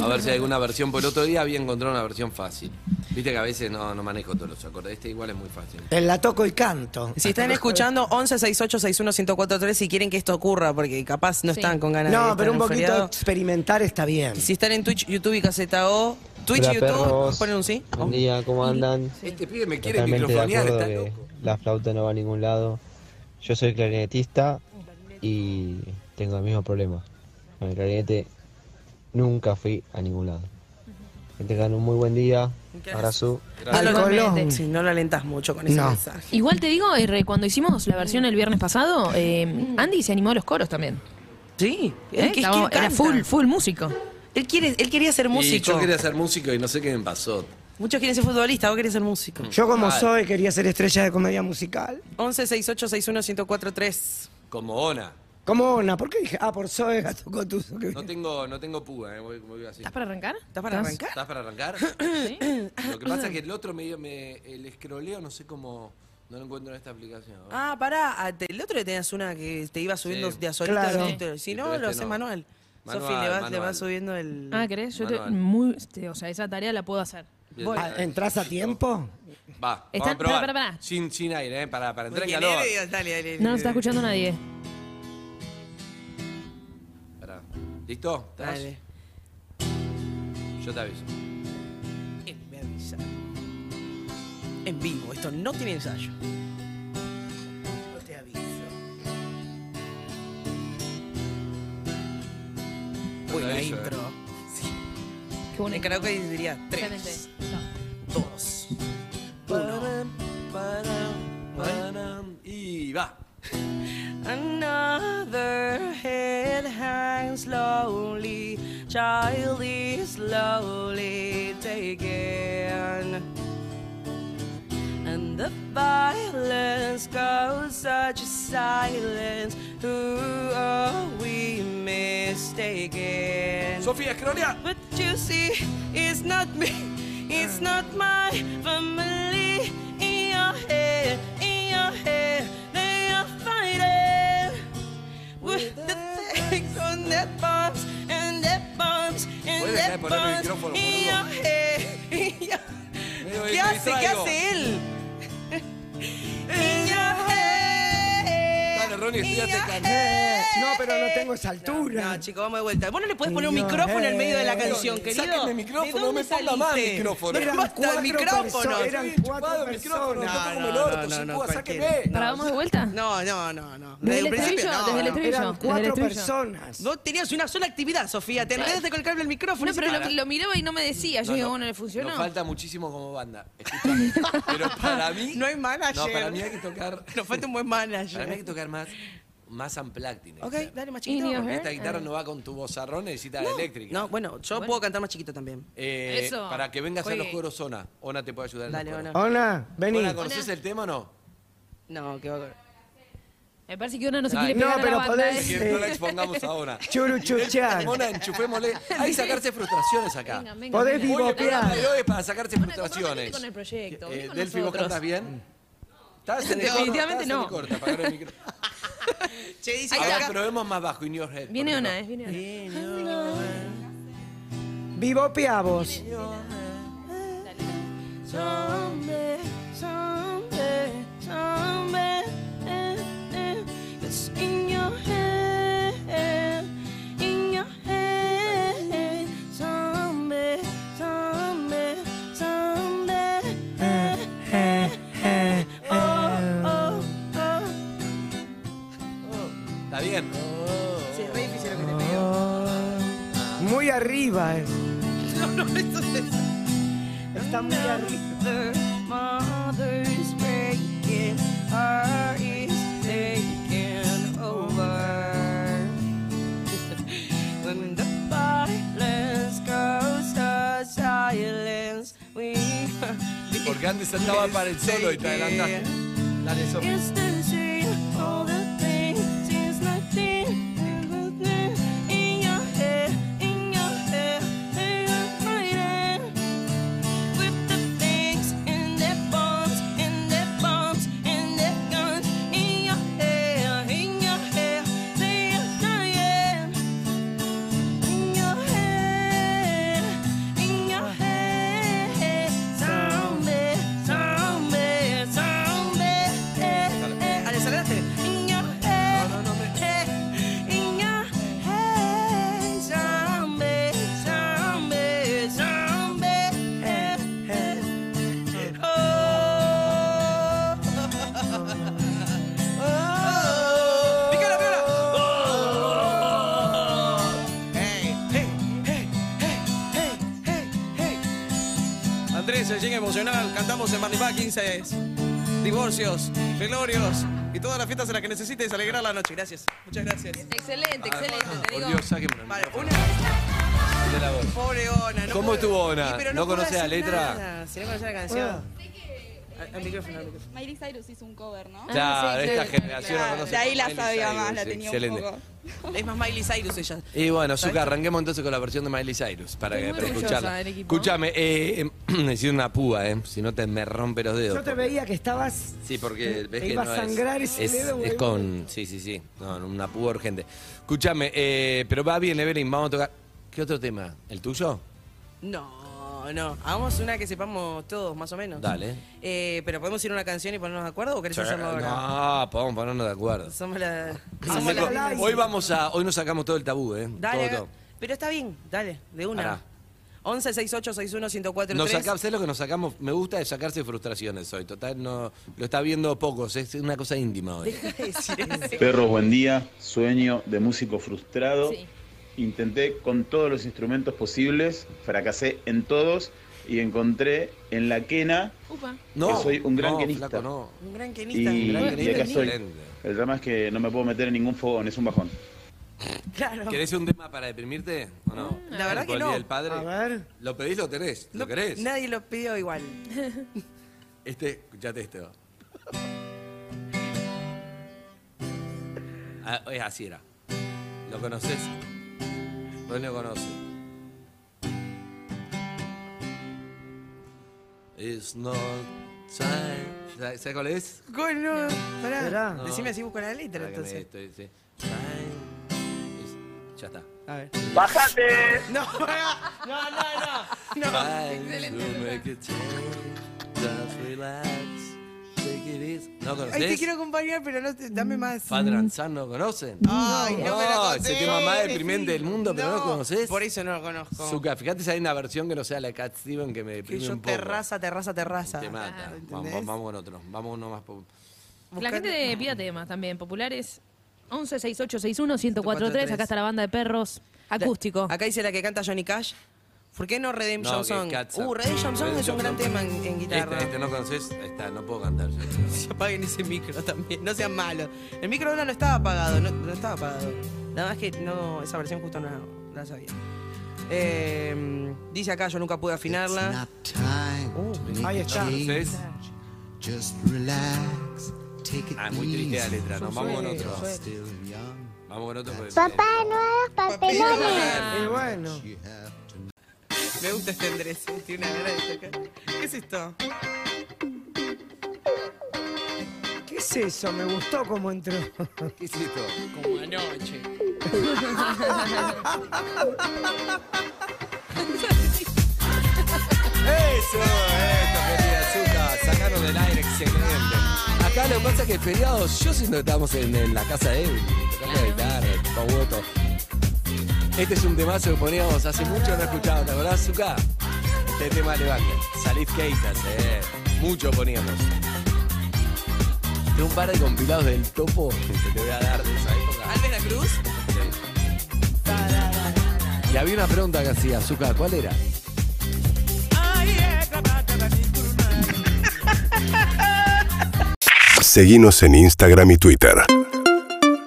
Speaker 3: A ver si hay alguna versión. Por el otro día había encontrado una versión fácil. Viste que a veces no, no manejo todos los acordes. Este igual es muy fácil.
Speaker 5: El la toco y canto.
Speaker 2: Si están escuchando 1168611043 si quieren que esto ocurra, porque capaz no
Speaker 6: Sí.
Speaker 2: están con ganas de
Speaker 5: No,
Speaker 2: estar
Speaker 5: pero un
Speaker 2: en
Speaker 5: poquito
Speaker 2: feriado.
Speaker 5: experimentar está bien.
Speaker 2: Si están en Twitch, YouTube y Caseta O, Twitch y
Speaker 8: Hola,
Speaker 2: YouTube,
Speaker 8: perros.
Speaker 2: ponen un sí.
Speaker 8: Buen día, ¿cómo andan?
Speaker 3: Este pibe me quiere
Speaker 8: Totalmente de
Speaker 3: microfonear,
Speaker 8: acuerdo
Speaker 3: está
Speaker 8: que
Speaker 3: loco.
Speaker 8: la flauta no va a ningún lado. Yo soy clarinetista y tengo el mismo problema. Con el clarinete nunca fui a ningún lado. Que tengan un muy buen día.
Speaker 2: Gracias.
Speaker 8: Abrazo.
Speaker 2: No lo-
Speaker 5: Al Colón.
Speaker 2: Sí, no lo alentás mucho con ese
Speaker 5: No.
Speaker 2: mensaje.
Speaker 6: Igual te digo, R, cuando hicimos la versión el viernes pasado, eh, Andy se animó a los coros también.
Speaker 2: Sí,
Speaker 6: ¿eh?
Speaker 2: él, que-
Speaker 6: Estaba-
Speaker 2: que él
Speaker 6: era
Speaker 2: canta.
Speaker 6: full, full músico.
Speaker 2: Él, quiere, él quería ser
Speaker 3: Y
Speaker 2: músico.
Speaker 3: yo quería ser músico y no sé qué me pasó.
Speaker 2: Muchos quieren ser futbolista, vos querés ser músico.
Speaker 3: Mm.
Speaker 5: Yo como
Speaker 3: Vale.
Speaker 5: soy quería ser estrella de comedia musical.
Speaker 2: 1168611043.
Speaker 3: Como Ona.
Speaker 5: Como Ona, ¿por qué dije? Ah, por Zoe Gato Cotuso. que-
Speaker 3: No tengo, no tengo púa, eh, voy, voy así.
Speaker 6: ¿Estás para arrancar?
Speaker 2: ¿Estás para arrancar?
Speaker 3: ¿Estás para arrancar?
Speaker 6: Sí.
Speaker 3: Lo que pasa es que el otro me, me el escroleo, no sé cómo. No lo encuentro en esta aplicación. A ver.
Speaker 2: Ah, pará, ah, te- el otro día tenías una que te iba subiendo
Speaker 3: Sí.
Speaker 2: de a solito.
Speaker 5: Claro.
Speaker 2: de- Si
Speaker 3: Sí,
Speaker 2: no,
Speaker 3: pero
Speaker 2: lo
Speaker 3: este
Speaker 2: hace
Speaker 3: no.
Speaker 2: manual.
Speaker 3: Manual,
Speaker 2: Sofi, le vas, le
Speaker 3: manual.
Speaker 2: vas subiendo el...
Speaker 6: Ah, ¿querés? Yo te,
Speaker 3: Manual.
Speaker 6: muy, te- o sea, esa tarea la puedo hacer.
Speaker 3: Bien.
Speaker 5: Ah, ¿Entras a tiempo?
Speaker 3: Va, vamos
Speaker 6: Están-
Speaker 3: a probar.
Speaker 6: pará, pará, pará.
Speaker 3: Sin, sin aire, eh, para, para entrar en
Speaker 2: Porque
Speaker 3: calor.
Speaker 2: le- le- dale, dale,
Speaker 6: No nos
Speaker 2: dale.
Speaker 6: está escuchando nadie.
Speaker 3: Pará. ¿Listo? ¿Estás?
Speaker 2: Dale.
Speaker 3: Yo te aviso.
Speaker 2: Me avisa. En vivo, esto no tiene ensayo. Yo te aviso.
Speaker 3: Yo
Speaker 2: Uy,
Speaker 3: te
Speaker 2: la
Speaker 3: aviso,
Speaker 2: intro.
Speaker 6: Qué bueno.
Speaker 2: En karaoke diría
Speaker 6: Realmente.
Speaker 2: 3, 2, 1.
Speaker 3: Param, param, param. Y va.
Speaker 2: Another head hangs slowly, child is slowly taken. And the violence goes such a silence. Who are we mistaken?
Speaker 3: Sofía, escrolea.
Speaker 2: But you see, it's not me, it's not my family. In your head, in your head, they are fighting with the things on their bombs and their bombs and
Speaker 3: Puede dejar de
Speaker 2: their
Speaker 3: ponerme el
Speaker 2: bombs.
Speaker 3: micrófono,
Speaker 2: In
Speaker 3: boludo.
Speaker 2: your head, in your-
Speaker 3: Medio me
Speaker 2: ¿Qué hace? ¿Qué
Speaker 3: distraigo.
Speaker 2: hace él? In your head.
Speaker 3: Dale, Ronnie, estudiaste canto.
Speaker 5: No, pero no tengo esa altura.
Speaker 2: Eh, No, chicos, vamos de vuelta. Vos no le podés poner un
Speaker 5: No,
Speaker 2: micrófono en el medio de la
Speaker 5: eh,
Speaker 2: canción,
Speaker 3: sáquenme
Speaker 2: querido.
Speaker 3: el micrófono,
Speaker 2: ¿De
Speaker 3: no
Speaker 2: dónde
Speaker 3: me ponga más
Speaker 2: saliste?
Speaker 3: micrófono.
Speaker 2: No
Speaker 5: Eran
Speaker 2: le pongas
Speaker 5: cuatro
Speaker 2: micrófono.
Speaker 5: personas, eran cuatro personas.
Speaker 3: No, no, no, no, no,
Speaker 2: cualquiera.
Speaker 6: ¿Para vamos de vuelta?
Speaker 2: No, no, no, no.
Speaker 6: Desde
Speaker 2: Desde
Speaker 6: el
Speaker 2: el principio, no,
Speaker 6: estribillo, desde el
Speaker 2: no.
Speaker 6: estribillo.
Speaker 5: Ah, Eran
Speaker 6: Desde el
Speaker 5: cuatro
Speaker 6: estribillo.
Speaker 5: personas.
Speaker 2: Vos tenías una sola actividad, Sofía. Te enredaste con el cable del micrófono.
Speaker 6: No,
Speaker 2: y se
Speaker 6: pero lo,
Speaker 2: para.
Speaker 6: lo miraba y no me decía. Yo digo, bueno, le funcionó.
Speaker 3: Nos falta muchísimo como banda.
Speaker 2: *laughs*
Speaker 3: Escuchame, Pero para mí.
Speaker 2: No hay manager.
Speaker 3: No, para mí hay que
Speaker 2: *laughs*
Speaker 3: tocar.
Speaker 2: Nos falta un buen
Speaker 3: Para mí hay que
Speaker 2: manager.
Speaker 3: tocar más. Más unplugged. tiene que
Speaker 2: Ok,
Speaker 3: ser.
Speaker 2: dale, más chiquito.
Speaker 6: Indio.
Speaker 3: Porque esta guitarra no va con tu bozarrón, necesita eléctrica.
Speaker 2: No, bueno, yo puedo cantar más chiquito también.
Speaker 3: Eh,
Speaker 6: Eso.
Speaker 3: Para que vengas a los
Speaker 6: Juegue.
Speaker 3: coros Ona. Ona te puede ayudar. en los
Speaker 2: Dale,
Speaker 3: coros.
Speaker 2: Ona.
Speaker 5: Hola, vení.
Speaker 3: Ona, ¿conoces el tema o no?
Speaker 2: No, que va a...
Speaker 6: Me parece que uno no se
Speaker 3: Ay,
Speaker 6: quiere
Speaker 5: no,
Speaker 6: pegar
Speaker 5: pero
Speaker 6: a la banda.
Speaker 5: podés-
Speaker 6: ¿eh?
Speaker 3: Que
Speaker 5: Eh.
Speaker 3: no la expongamos ahora.
Speaker 5: Churuchuchar.
Speaker 3: Mona, enchufémosle. Hay que sacarse frustraciones acá.
Speaker 6: Venga, venga,
Speaker 5: Podés
Speaker 6: venga.
Speaker 3: Hoy el programa
Speaker 5: vivopear.
Speaker 3: de hoy es para sacarse
Speaker 6: Bueno,
Speaker 3: frustraciones.
Speaker 6: comprometete con el proyecto,
Speaker 3: Eh,
Speaker 6: ven con
Speaker 3: Delphi, ¿vos
Speaker 6: nosotros.
Speaker 3: cantás bien? ¿Estás en el coro?
Speaker 6: Definitivamente
Speaker 3: ¿Estás en el
Speaker 6: no.
Speaker 3: coro? Te apagaron el
Speaker 6: *laughs*
Speaker 3: micro.
Speaker 2: Che, dice
Speaker 3: A
Speaker 2: que
Speaker 3: ver,
Speaker 2: acá-
Speaker 3: probemos más bajo, In Your Head.
Speaker 6: Viene
Speaker 3: ¿por qué
Speaker 6: una,
Speaker 3: no?
Speaker 6: eh, viene una.
Speaker 5: Vivopea vos.
Speaker 2: Someday, someday, someday, eh, eh, it's in your head, in your head. Someday, someday, someday, eh, eh, eh, oh, oh, oh.
Speaker 3: Está bien.
Speaker 2: Sí, es re difícil lo que te pido.
Speaker 5: Muy arriba, eh.
Speaker 2: No, no, esto es eso.
Speaker 5: Está muy arriba.
Speaker 2: Mother's breaking, heart is taking over. *laughs* When the violence goes to silence, we *laughs*
Speaker 3: Porque antes andaba para el solo y te adelantaste. Dale, Sofi.
Speaker 2: It's the same, all the things, it's nothing, nothing in your head, in your head, they are fighting with the things in their bombs, in their bombs, in their guns, in your head, in your head, they are dying. In your head, in your head, zombie, zombie, zombie. Eh, eh. Alessandrate. In your head, eh, in your head, zombie, zombie, zombie. Eh, eh. Oh. *laughs* Oh. Pícala, pícala.
Speaker 9: Oh.
Speaker 2: Hey, hey, hey, hey, hey, hey, hey.
Speaker 9: Andrés, el Jen emocional, cantamos en Maripá 15, divorcios, velorios y todas las fiestas en las que necesites alegrar la noche. Gracias, muchas gracias.
Speaker 6: Excelente, excelente, te
Speaker 3: Ah, Por
Speaker 6: digo.
Speaker 3: Dios, sáquenme el
Speaker 2: Vale,
Speaker 3: micrófono
Speaker 2: una
Speaker 3: de la voz.
Speaker 2: pobre Ona. No
Speaker 3: ¿Cómo
Speaker 2: puedo-
Speaker 3: estuvo Ona?
Speaker 2: Y, pero
Speaker 3: ¿No
Speaker 2: puedo
Speaker 3: conoce la
Speaker 2: decir
Speaker 3: letra?
Speaker 2: nada, Si no conoce la canción. Al- al micrófono, al micrófono.
Speaker 4: Miley Cyrus hizo un cover, ¿no?
Speaker 3: Claro,
Speaker 6: sí,
Speaker 3: esta
Speaker 6: sí,
Speaker 3: generación
Speaker 2: claro.
Speaker 3: no conoce
Speaker 4: De ahí la
Speaker 3: Miley
Speaker 4: sabía
Speaker 3: Cyrus,
Speaker 4: más, la tenía
Speaker 3: excelente.
Speaker 4: un poco.
Speaker 2: Es más Miley Cyrus ella.
Speaker 3: Y bueno, Zuka, arranquemos entonces con la versión de Miley Cyrus para,
Speaker 6: Estoy muy
Speaker 3: para
Speaker 6: orgullosa
Speaker 3: escucharla.
Speaker 6: del equipo.
Speaker 3: Escúchame, eh, *clears throat* eh, necesito una púa, ¿eh? Si no te me rompe los dedos.
Speaker 5: Yo te veía que estabas.
Speaker 3: Sí, porque ves
Speaker 5: Te
Speaker 3: que
Speaker 5: Eh, iba a
Speaker 3: no
Speaker 5: sangrar
Speaker 3: es,
Speaker 5: ese
Speaker 3: es,
Speaker 5: dedo,
Speaker 3: es
Speaker 5: boludo.
Speaker 3: con, sí, sí, sí, no, no, una púa urgente. Escúchame, eh, pero va bien, Evelyn, vamos a tocar. ¿Qué otro tema? ¿El tuyo?
Speaker 2: No, no. Hagamos una que sepamos todos, más o menos.
Speaker 3: Dale.
Speaker 2: Eh, pero podemos ir a una canción y ponernos de acuerdo o querés hacerlo ahora?
Speaker 3: No, podemos ponernos de acuerdo.
Speaker 2: Somos la.
Speaker 3: Ah,
Speaker 2: Somos
Speaker 3: loco,
Speaker 2: la.
Speaker 3: Hoy vamos a, hoy nos sacamos todo el tabú, ¿eh?
Speaker 2: Dale.
Speaker 3: Todo,
Speaker 2: haga-
Speaker 3: todo.
Speaker 2: Pero está bien, dale, de una.
Speaker 3: Pará.
Speaker 2: 11 68 61 104
Speaker 3: Nos sacamos, ¿sabes lo que nos sacamos? Me gusta de sacarse frustraciones hoy. Total, no, lo está viendo pocos, es una cosa íntima hoy.
Speaker 2: Deja de decir
Speaker 3: *laughs*
Speaker 2: eso.
Speaker 10: Perros, buen día. Sueño de músico frustrado.
Speaker 6: Sí.
Speaker 10: Intenté con todos los instrumentos posibles, fracasé en todos y encontré en la quena
Speaker 6: Upa.
Speaker 10: Que soy un gran
Speaker 3: no,
Speaker 10: guionista.
Speaker 3: flaco, no.
Speaker 2: Un gran
Speaker 10: y,
Speaker 2: quenista.
Speaker 10: y
Speaker 3: gran
Speaker 10: acá
Speaker 3: guionista.
Speaker 10: estoy.
Speaker 3: Excelente.
Speaker 10: El drama es que no me puedo meter en ningún fogón, es un bajón.
Speaker 2: Claro.
Speaker 3: ¿Querés un tema para deprimirte o no?
Speaker 2: La verdad
Speaker 3: Tipo el
Speaker 2: que no.
Speaker 3: Día del padre.
Speaker 5: A ver.
Speaker 3: Lo pedís, lo tenés. ¿Lo querés?
Speaker 2: Nadie lo pidió igual.
Speaker 3: Este, escuchate esto. Ah, es así era. ¿Lo conoces? ¿Vos lo conoces? It's not time. ¿Sabes sabes cuál es?
Speaker 2: Gol, no. Pará.
Speaker 5: Pará.
Speaker 2: Decime así, busco la letra
Speaker 3: Pará que me-
Speaker 2: entonces.
Speaker 3: estoy- sí. Time is- Ya está.
Speaker 2: A ver.
Speaker 10: ¡Bájate!
Speaker 2: No, no, no, no.
Speaker 3: Time to make a change, just relax. te querés. ¿No
Speaker 2: Ay, te
Speaker 3: conocés?
Speaker 2: quiero acompañar, pero no te- dame más.
Speaker 3: Fadranzán no conocen.
Speaker 9: Ay, no me la
Speaker 3: ese
Speaker 9: contés.
Speaker 3: tema más deprimente del mundo, pero no, lo conoces.
Speaker 9: Por eso no lo conozco.
Speaker 3: Zucca, fíjate si hay una versión que no sea la de Cat Steven que me deprime
Speaker 2: Que yo
Speaker 3: un poco. Este
Speaker 2: terraza, terraza, terraza.
Speaker 3: Te mata.
Speaker 2: Claro,
Speaker 3: vamos,
Speaker 2: ¿entendés?
Speaker 3: vamos con otro. Vamos uno más. po-
Speaker 6: La gente de pida temas también, populares. 11 6861 1043 acá está la banda de perros, acústico.
Speaker 2: Acá dice la que canta Johnny Cash. ¿Por qué no Redemption
Speaker 3: No, que
Speaker 2: Song?
Speaker 3: Cats-
Speaker 2: Uh, Redemption Song es
Speaker 3: Redemption
Speaker 2: un gran
Speaker 3: Song.
Speaker 2: tema en, en guitarra.
Speaker 3: Este, este no conoces. Ahí está, no puedo cantar. yo.
Speaker 2: *laughs* Se apaguen ese micro también, no sean malos. El micro ahora no estaba apagado, no, no estaba apagado. Nada más que no, esa versión justo no, no la sabía. Eh, dice acá, yo nunca pude afinarla.
Speaker 5: Uh, Ahí está.
Speaker 3: ¿Conoces?
Speaker 11: Just relax, take it
Speaker 3: Ah, muy triste la
Speaker 11: easy.
Speaker 3: letra. No, vamos con otro.
Speaker 11: Still young.
Speaker 3: Vamos con otro. Pues.
Speaker 12: Papá, no hagas papelones.
Speaker 5: Y bueno.
Speaker 9: Me gusta este Andrés. Tiene una gracia acá. ¿Qué es esto?
Speaker 5: ¿Qué es eso? Me gustó cómo entró.
Speaker 3: ¿Qué es esto?
Speaker 9: Como anoche.
Speaker 3: Eso, esto, querida Zucca, sacaron del aire, excelente. Acá lo que pasa es que feriados, yo siento que estábamos en, en la casa de él, tocando la guitarra, todo voto. Este es un temazo que poníamos hace mucho, no escuchábamos, ¿te acordás, Zucca? Este tema levanta, salid keitas, eh. Mucho poníamos. Tengo un par de compilados del topo que te voy a dar de esa época.
Speaker 9: ¿Al Veracruz?
Speaker 3: Y había una pregunta que hacía, Zucca, ¿cuál era?
Speaker 13: Seguinos en Instagram y Twitter.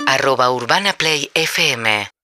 Speaker 14: Arroba Urbana Play FM